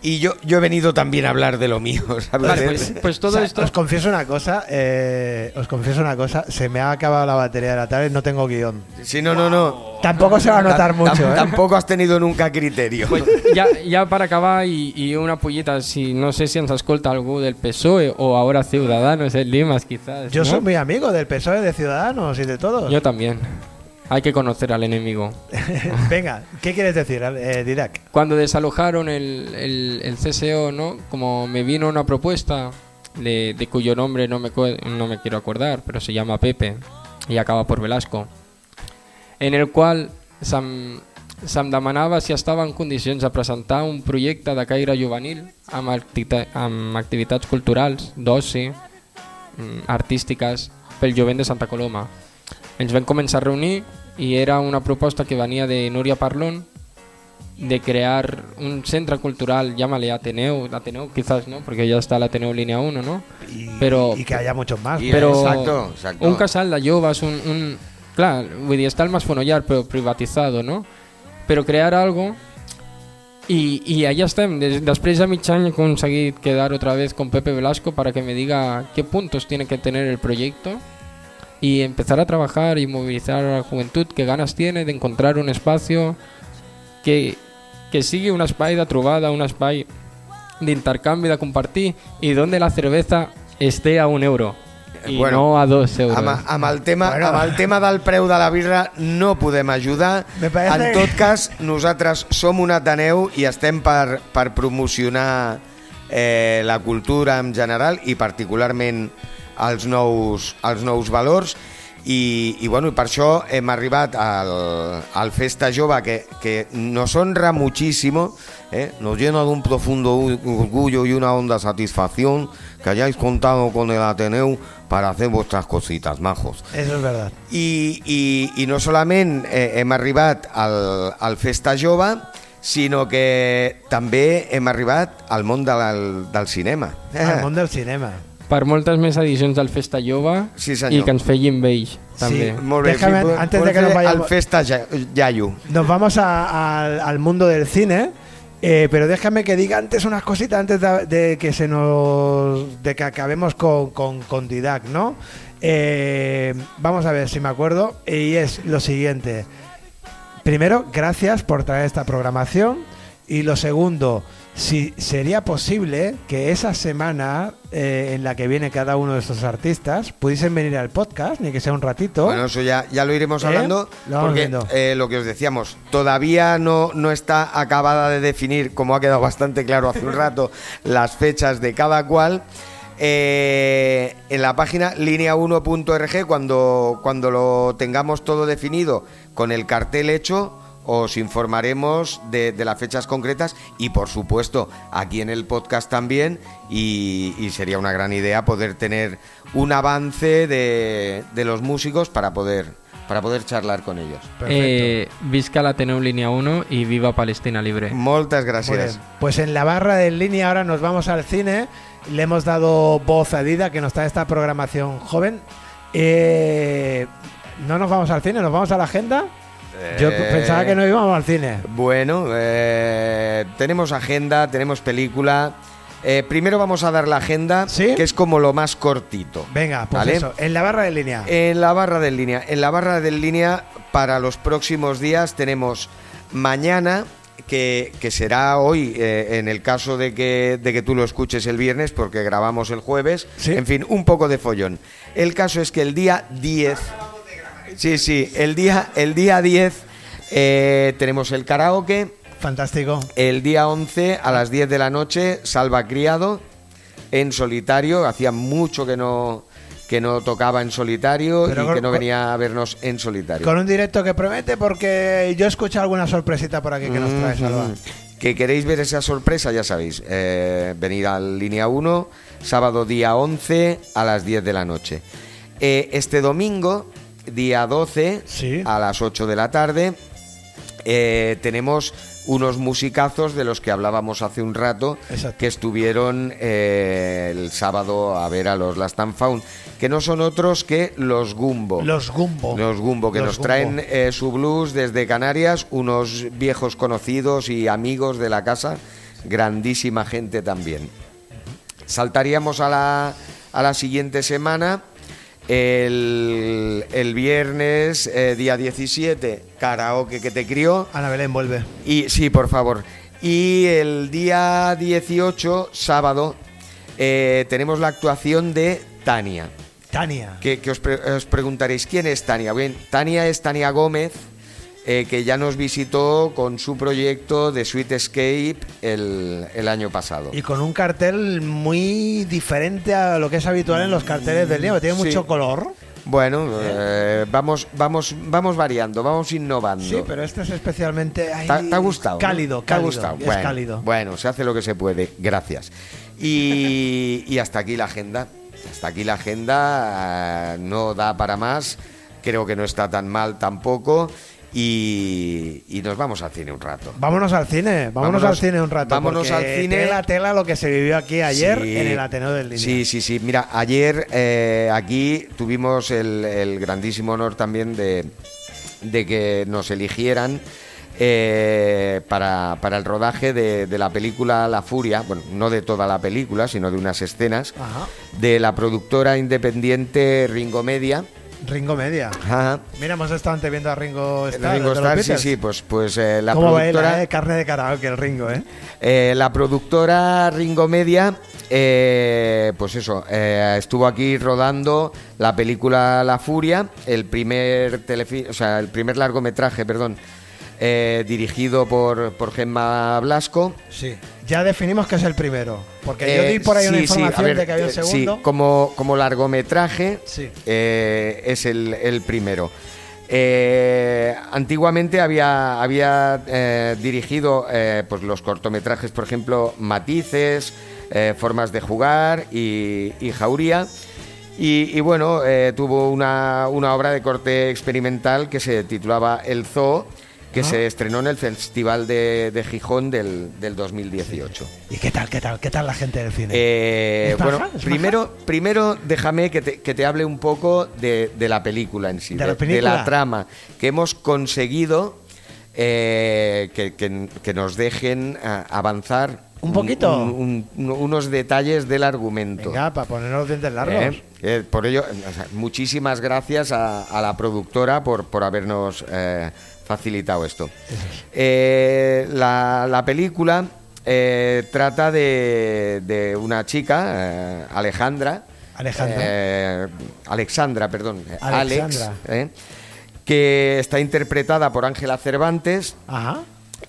Speaker 4: i jo, jo he venido también a hablar de lo mío, [LAUGHS] ¿sabes?
Speaker 7: Vale, pues, pues
Speaker 1: O
Speaker 4: [LAUGHS]
Speaker 7: todo
Speaker 1: sea,
Speaker 7: esto...
Speaker 1: Os confieso una cosa, eh, os confieso una cosa, se me ha acabado la batería de la tablet, no tengo guión.
Speaker 4: Sí, no, no, no.
Speaker 1: Tampoco se va a notar
Speaker 4: Tam-
Speaker 1: mucho,
Speaker 4: tam-
Speaker 1: ¿eh?
Speaker 4: Tampoco has tenido nunca criterio.
Speaker 7: Pues ja, ja per acabar i, i una pollita, si no sé si ens escolta algú del PSOE o ahora Ciudadanos en Limas, quizás.
Speaker 1: Yo
Speaker 7: ¿no?
Speaker 1: soy muy amigo del PSOE, de Ciudadanos y de todos.
Speaker 7: Yo también. Hay que conocer al enemigo.
Speaker 1: [LAUGHS] Venga, ¿qué quieres decir, eh, [LAUGHS] Didac?
Speaker 7: Cuando desalojaron el, el, el CSO, ¿no? Como me vino una propuesta de, de cuyo nombre no me, cue- no me quiero acordar, pero se llama Pepe y acaba por Velasco, en el qual se'm, se'm demanava si estava en condicions de presentar un projecte de caire juvenil amb, actita, amb activitats culturals, d'oci, mm, artístiques, pel jovent de Santa Coloma. Ens vam començar a reunir i era una proposta que venia de Núria Parlon, de crear un centro cultural, llámale Ateneo, Ateneo quizás, ¿no? Porque ya está el Ateneo Línea 1, ¿no?
Speaker 1: Y,
Speaker 7: Pero-
Speaker 1: y que haya muchos más.
Speaker 4: [LAUGHS] Y-
Speaker 7: Pero
Speaker 4: Exacto, exacto.
Speaker 7: un casal de joves, un... un clar, vull dir, està el Masfonollar, però privatitzat, no? Però crear algo y, y allá estem. Des- Després de mig any he aconseguit quedar otra vez con Pepe Velasco para que me diga qué puntos tiene que tener el proyecto y empezar a trabajar y movilizar a la juventud que ganas tiene de encontrar un espacio que, que sigui un espai de trobada, un espai d'intercanvi, de compartir i donde la cerveza esté a un euro i
Speaker 4: Bueno,
Speaker 7: no a dos euros.
Speaker 4: Amb, amb, el tema,
Speaker 1: Bueno.
Speaker 4: amb el tema del preu de la birra no podem ajudar.
Speaker 1: Me parece
Speaker 4: En
Speaker 1: que-
Speaker 4: tot cas, nosaltres som un Ateneu i estem per, per promocionar eh, la cultura en general i particularment els nous, els nous valors. I, i, bueno, i per això hem arribat al, al Festa Jove que, que nos honra muchísimo eh? nos llena de un profundo u- orgullo y una honda satisfacción que hayáis contado con el Ateneu para hacer vuestras cositas majos
Speaker 1: Eso es verdad.
Speaker 4: i, i, i no solament eh, hem arribat al, al Festa Jove, sinó que també hem arribat al món de la, del cinema.
Speaker 1: Al mundo del cinema.
Speaker 7: Per moltes més edicions del Festa Jove
Speaker 4: Sí, senyor.
Speaker 7: i que ens feien vells, també.
Speaker 1: Sí.
Speaker 4: [LAUGHS] Molt bé,
Speaker 1: Déjame,
Speaker 4: si podem-
Speaker 1: antes de
Speaker 4: podem
Speaker 1: que nos
Speaker 4: fer
Speaker 1: vayamos-
Speaker 4: Al Festa Ja- Yayo.
Speaker 1: Nos vamos a- al- al mundo del cine. eh, pero déjame que diga antes unas cositas antes de, de que se nos de que acabemos con, con, con Didac, ¿no? Eh, vamos a ver si me acuerdo. Y es lo siguiente. Primero, gracias por traer esta programación. Y lo segundo, si sería posible que esa semana eh, en la que viene cada uno de estos artistas pudiesen venir al podcast, ni que sea un ratito.
Speaker 4: Bueno, eso ya, ya lo iremos
Speaker 1: ¿Eh?
Speaker 4: hablando.
Speaker 1: Lo vamos
Speaker 4: porque
Speaker 1: viendo.
Speaker 4: eh, lo que os decíamos, todavía no, no está acabada de definir, como ha quedado bastante claro hace un rato, [LAUGHS] las fechas de cada cual. Eh, en la página línea1.org, cuando, cuando lo tengamos todo definido con el cartel hecho, os informaremos de, de las fechas concretas y, por supuesto, aquí en el podcast también. Y, y sería una gran idea poder tener un avance de, de los músicos para poder, para poder charlar con ellos.
Speaker 7: Eh, Vizca la teneu línea 1 y viva Palestina libre.
Speaker 4: Muchas
Speaker 1: Muy
Speaker 4: gracias.
Speaker 1: bien. Pues en la barra de en línea ahora nos vamos al cine. Le hemos dado voz a Dida, que nos trae esta programación joven. Eh, no nos vamos al cine, nos vamos a la agenda. Yo
Speaker 4: Eh.
Speaker 1: pensaba que no íbamos al cine.
Speaker 4: Bueno, eh, tenemos agenda, tenemos película. Eh, primero vamos a dar la agenda,
Speaker 1: ¿Sí?
Speaker 4: que es como lo más cortito.
Speaker 1: Venga, pues
Speaker 4: ¿vale? Eh,
Speaker 1: eso, en la barra de en línea.
Speaker 4: En la barra de en línea. En la barra de en línea para los próximos días tenemos mañana, que, que será hoy, eh, en el caso de que, de que tú lo escuches el viernes, porque grabamos el jueves.
Speaker 1: Sí.
Speaker 4: En fin, un poco de follón. El caso es que el día 10. Sí, sí, el día, el día 10 eh, tenemos el karaoke.
Speaker 1: Fantástico.
Speaker 4: El día 11 a las 10 de la noche, Salva Criado en solitario. Hacía mucho que no, que no tocaba en solitario
Speaker 1: Pero
Speaker 4: y
Speaker 1: con-
Speaker 4: que no
Speaker 1: con-
Speaker 4: venía a vernos en solitario.
Speaker 1: Con un directo que promete porque yo he escuchado alguna sorpresita por aquí que nos
Speaker 4: mm,
Speaker 1: trae Salva.
Speaker 4: Ujú. Que queréis ver esa sorpresa, ya sabéis. eh, venir a línea 1, sábado día 11 a las 10 de la noche. Eh, este domingo, día 12,
Speaker 1: Sí.
Speaker 4: a las 8 de la tarde, eh, tenemos unos musicazos de los que hablábamos hace un rato
Speaker 1: Exacto.
Speaker 4: que estuvieron eh, el sábado a ver a los Last and Found, que no son otros que los Gumbo.
Speaker 1: Los Gumbo.
Speaker 4: Los Gumbo, que
Speaker 1: Los
Speaker 4: nos
Speaker 1: Gumbo.
Speaker 4: traen eh, su blues desde Canarias, unos viejos conocidos y amigos de la casa, grandísima gente también. Saltaríamos a la, a la siguiente semana, el, el viernes, eh, día 17, karaoke que te crió.
Speaker 1: Ana Belén vuelve.
Speaker 4: Y sí, por favor. Y el día 18, sábado, eh, tenemos la actuación de Tania
Speaker 1: Tania.
Speaker 4: que, que os, pre- os preguntaréis quién es Tania. Bien, Tania es Tania Gómez, eh, que ya nos visitó con su proyecto de Sweet Escape el, el año pasado.
Speaker 1: Y con un cartel muy diferente a lo que es habitual en los carteles del día, que tiene
Speaker 4: Sí.
Speaker 1: mucho color.
Speaker 4: Bueno, eh, vamos, vamos, vamos variando, vamos innovando.
Speaker 1: Sí, pero este es especialmente. ay,
Speaker 4: ¿Te, ha- te ha gustado? no?
Speaker 1: Cálido, cálido.
Speaker 4: ¿Te ha gustado?
Speaker 1: Es
Speaker 4: bueno,
Speaker 1: cálido.
Speaker 4: bueno, se hace lo que se puede. Gracias. Y, y hasta aquí la agenda. Hasta aquí la agenda. eh, No da para más. Creo que no está tan mal tampoco. Y, y nos vamos al cine un rato.
Speaker 1: Vámonos al cine, vámonos,
Speaker 4: Vámonos-
Speaker 1: al cine un rato.
Speaker 4: vámonos
Speaker 1: porque
Speaker 4: al cine.
Speaker 1: Tela, tela lo que se vivió aquí ayer
Speaker 4: Sí.
Speaker 1: en el Ateneo del Línea.
Speaker 4: Sí, sí, sí. Mira, ayer eh, aquí tuvimos el, el grandísimo honor también de, de que nos eligieran eh, para, para el rodaje de, de la película La Furia, bueno, no de toda la película, sino de unas escenas,
Speaker 1: Ajá.
Speaker 4: de la productora independiente Ringo Media.
Speaker 1: Ringo Media.
Speaker 4: Ajá.
Speaker 1: Mira, hemos estado antes viendo a Ringo Starr.
Speaker 4: Ringo
Speaker 1: el de los
Speaker 4: Starr, sí,
Speaker 1: Beatles.
Speaker 4: sí, pues, pues eh, la
Speaker 1: ¿Cómo
Speaker 4: productora...
Speaker 1: baila, eh? Carne de karaoke el Ringo, ¿eh?
Speaker 4: Eh, la productora Ringo Media, eh, pues eso, eh, estuvo aquí rodando la película La Furia, el primer telefi- o sea, el primer largometraje, perdón, eh, dirigido por, por Gemma Blasco.
Speaker 1: Sí. Ya definimos que es el primero. Porque yo
Speaker 4: Eh,
Speaker 1: di por ahí una
Speaker 4: sí, sí, a
Speaker 1: información
Speaker 4: ver,
Speaker 1: de que había un
Speaker 4: eh, sí,
Speaker 1: segundo.
Speaker 4: como, como largometraje
Speaker 1: Sí.
Speaker 4: eh, es el, el primero. Eh, antiguamente había, había eh, dirigido eh, pues los cortometrajes, por ejemplo, Matices, eh, Formas de Jugar y, y Jauría. Y, y bueno, eh, tuvo una, una obra de corte experimental que se titulaba El Zoo,
Speaker 1: Ah.
Speaker 4: que se estrenó en el Festival de, de Gijón del, del 2018.
Speaker 1: ¿Y qué tal, qué tal, qué tal la gente del cine?
Speaker 4: Eh,
Speaker 1: ¿Es
Speaker 4: bueno,
Speaker 1: baja? ¿Es baja?
Speaker 4: primero, primero déjame que te, que te hable un poco de, de la película en sí,
Speaker 1: ¿De la película?
Speaker 4: la trama, que hemos conseguido eh, que, que- que nos dejen ah, avanzar
Speaker 1: ¿Un
Speaker 4: un-
Speaker 1: poquito?
Speaker 4: un- un- unos detalles del argumento.
Speaker 1: Venga, para poner los dientes largos.
Speaker 4: Eh, eh, por ello, o sea, muchísimas gracias a, a la productora por, por habernos eh, facilitado esto. Eh, la, la película eh, trata de, de una chica, eh, Alejandra.
Speaker 1: Alejandra.
Speaker 4: eh, Alexandra, perdón. eh,
Speaker 1: Alexandra.
Speaker 4: Alex. eh, que está interpretada por Ángela Cervantes
Speaker 1: Ajá.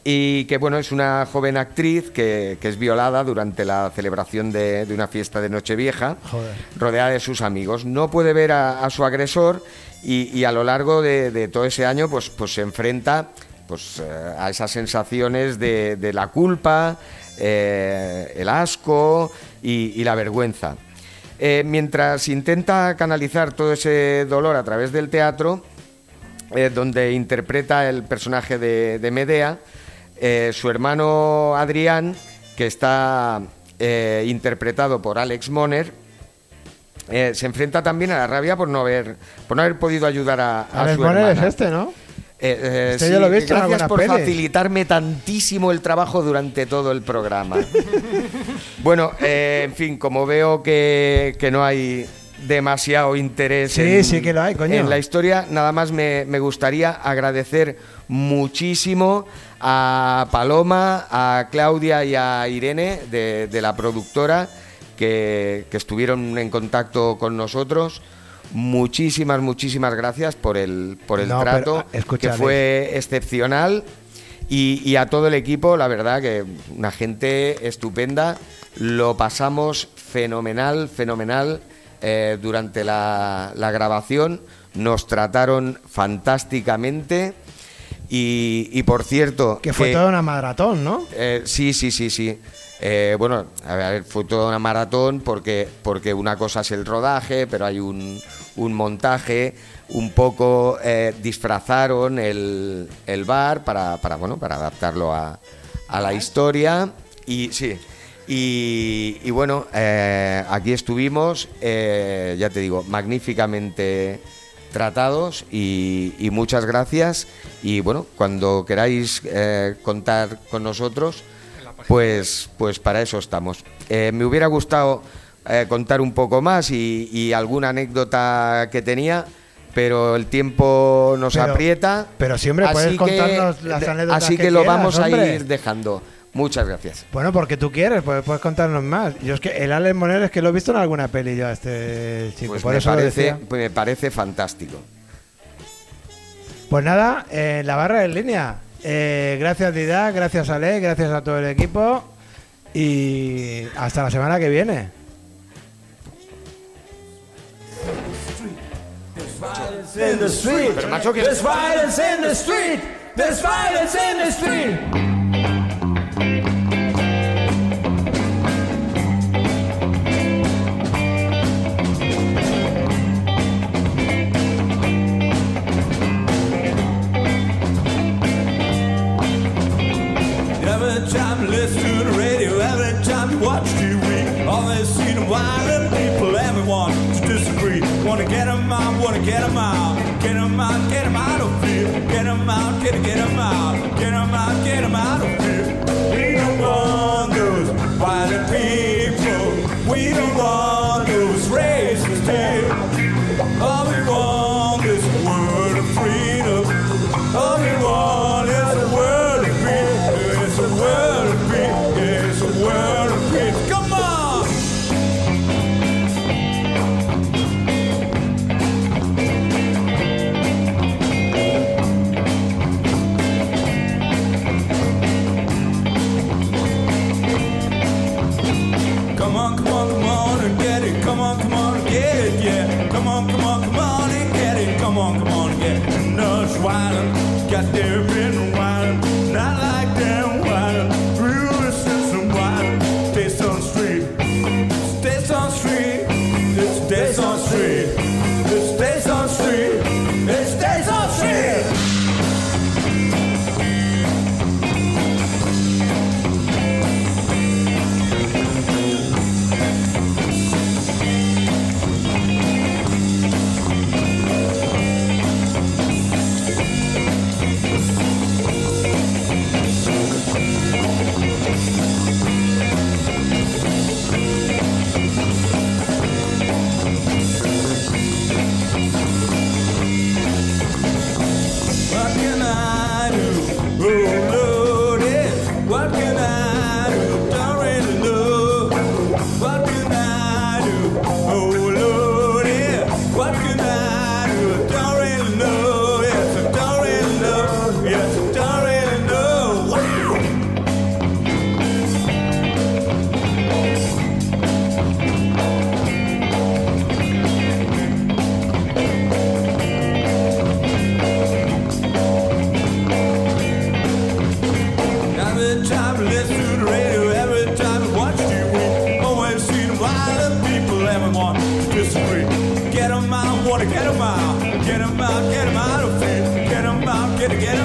Speaker 4: y que bueno, es una joven actriz que, que es violada durante la celebración de, de una fiesta de Nochevieja,
Speaker 1: Joder.
Speaker 4: rodeada de sus amigos. No puede ver a, a su agresor y, y a lo largo de, de todo ese año pues, pues se enfrenta pues, eh, a esas sensaciones de, de la culpa, eh, el asco y- y la vergüenza. Eh, mientras intenta canalizar todo ese dolor a través del teatro, eh, donde interpreta el personaje de, de Medea, eh, su hermano Adrián, que está eh, interpretado por Alex Moner, eh, se enfrenta también a la rabia por no haber, por no haber podido ayudar a, a
Speaker 1: Alex
Speaker 4: su
Speaker 1: Moner es
Speaker 4: hermana.
Speaker 1: este, ¿no?
Speaker 4: Eh, eh,
Speaker 1: Este
Speaker 4: sí,
Speaker 1: yo lo he visto en
Speaker 4: gracias
Speaker 1: alguna
Speaker 4: por
Speaker 1: peli.
Speaker 4: facilitarme tantísimo el trabajo durante todo
Speaker 1: [LAUGHS]
Speaker 4: el programa. bueno, eh, en fin, como veo que, que no hay demasiado interés
Speaker 1: Sí,
Speaker 4: en,
Speaker 1: sí que lo hay, coño.
Speaker 4: en la historia, nada más me, me gustaría agradecer muchísimo a Paloma, a Claudia y a Irene de, de la productora que, que estuvieron en contacto con nosotros. Muchísimas, muchísimas gracias por el, por el
Speaker 1: No, pero,
Speaker 4: trato,
Speaker 1: ah, escucha,
Speaker 4: que fue excepcional. Y, y a todo el equipo, la verdad que una gente estupenda. Lo pasamos fenomenal, fenomenal eh, durante la, la grabación. Nos trataron fantásticamente. Y, y por cierto,
Speaker 1: Que fue
Speaker 4: que-
Speaker 1: toda una maratón, ¿no?
Speaker 4: eh, sí, sí, sí, sí. Eh, bueno, a ver, fue toda una maratón porque, porque una cosa es el rodaje, pero hay un, un montaje. Un poco eh, disfrazaron el, el bar para, para, bueno, para adaptarlo a, a la historia. Y sí. Y, y bueno, eh, aquí estuvimos, eh, ya te digo, magníficamente tratados y, y muchas gracias. Y bueno, cuando queráis eh, contar con nosotros, pues, pues para eso estamos. Eh, me hubiera gustado eh, contar un poco más y, y alguna anécdota que tenía. Pero el tiempo nos
Speaker 1: Pero-
Speaker 4: aprieta.
Speaker 1: pero sí, hombre, puedes contarnos las anécdotas
Speaker 4: Así
Speaker 1: que
Speaker 4: que, lo
Speaker 1: quieras,
Speaker 4: vamos a
Speaker 1: hombre.
Speaker 4: ir dejando. Muchas gracias.
Speaker 1: Bueno, porque tú quieres, pues puedes contarnos más. Yo es que el Alex Moner es que lo he visto en alguna peli yo a este chico,
Speaker 4: Pues
Speaker 1: por
Speaker 4: me,
Speaker 1: eso lo
Speaker 4: parece,
Speaker 1: decía.
Speaker 4: me parece fantástico.
Speaker 1: Pues nada, eh, la barra en línea. Eh, gracias Dida, gracias Ale, gracias a todo el equipo y hasta la semana que viene.
Speaker 8: in the street.
Speaker 4: Pero macho, que-
Speaker 8: There's violence in the street. There's violence in the street. Every time you listen to the radio, every time you watch TV, always see the wild people, everyone to disagree. Wanna get 'em out, wanna get 'em out, get 'em out, get 'em out of here. Get 'em out, get, get 'em out, get 'em out, get 'em out of here. We don't want those wild people, we don't want those racists here. All we want is a world of freedom. All we want is a world of peace. It's a world of peace. It's a world of peace. Come on! Come on, come on, come on and get it. Come on, come on and get it, yeah. Come on, come on, come on and get it. Come on, come on and get it. Nuts wildin', got their been wildin', not like them wildin'. Real system wildin', taste on the street. Stays on street, it stays on street, it stays on street, it stays on street. Oh, Oh, everyone to disagree. Get 'em out, wanna get 'em out. Get 'em out, get 'em out of here. Get 'em out, get 'em, get 'em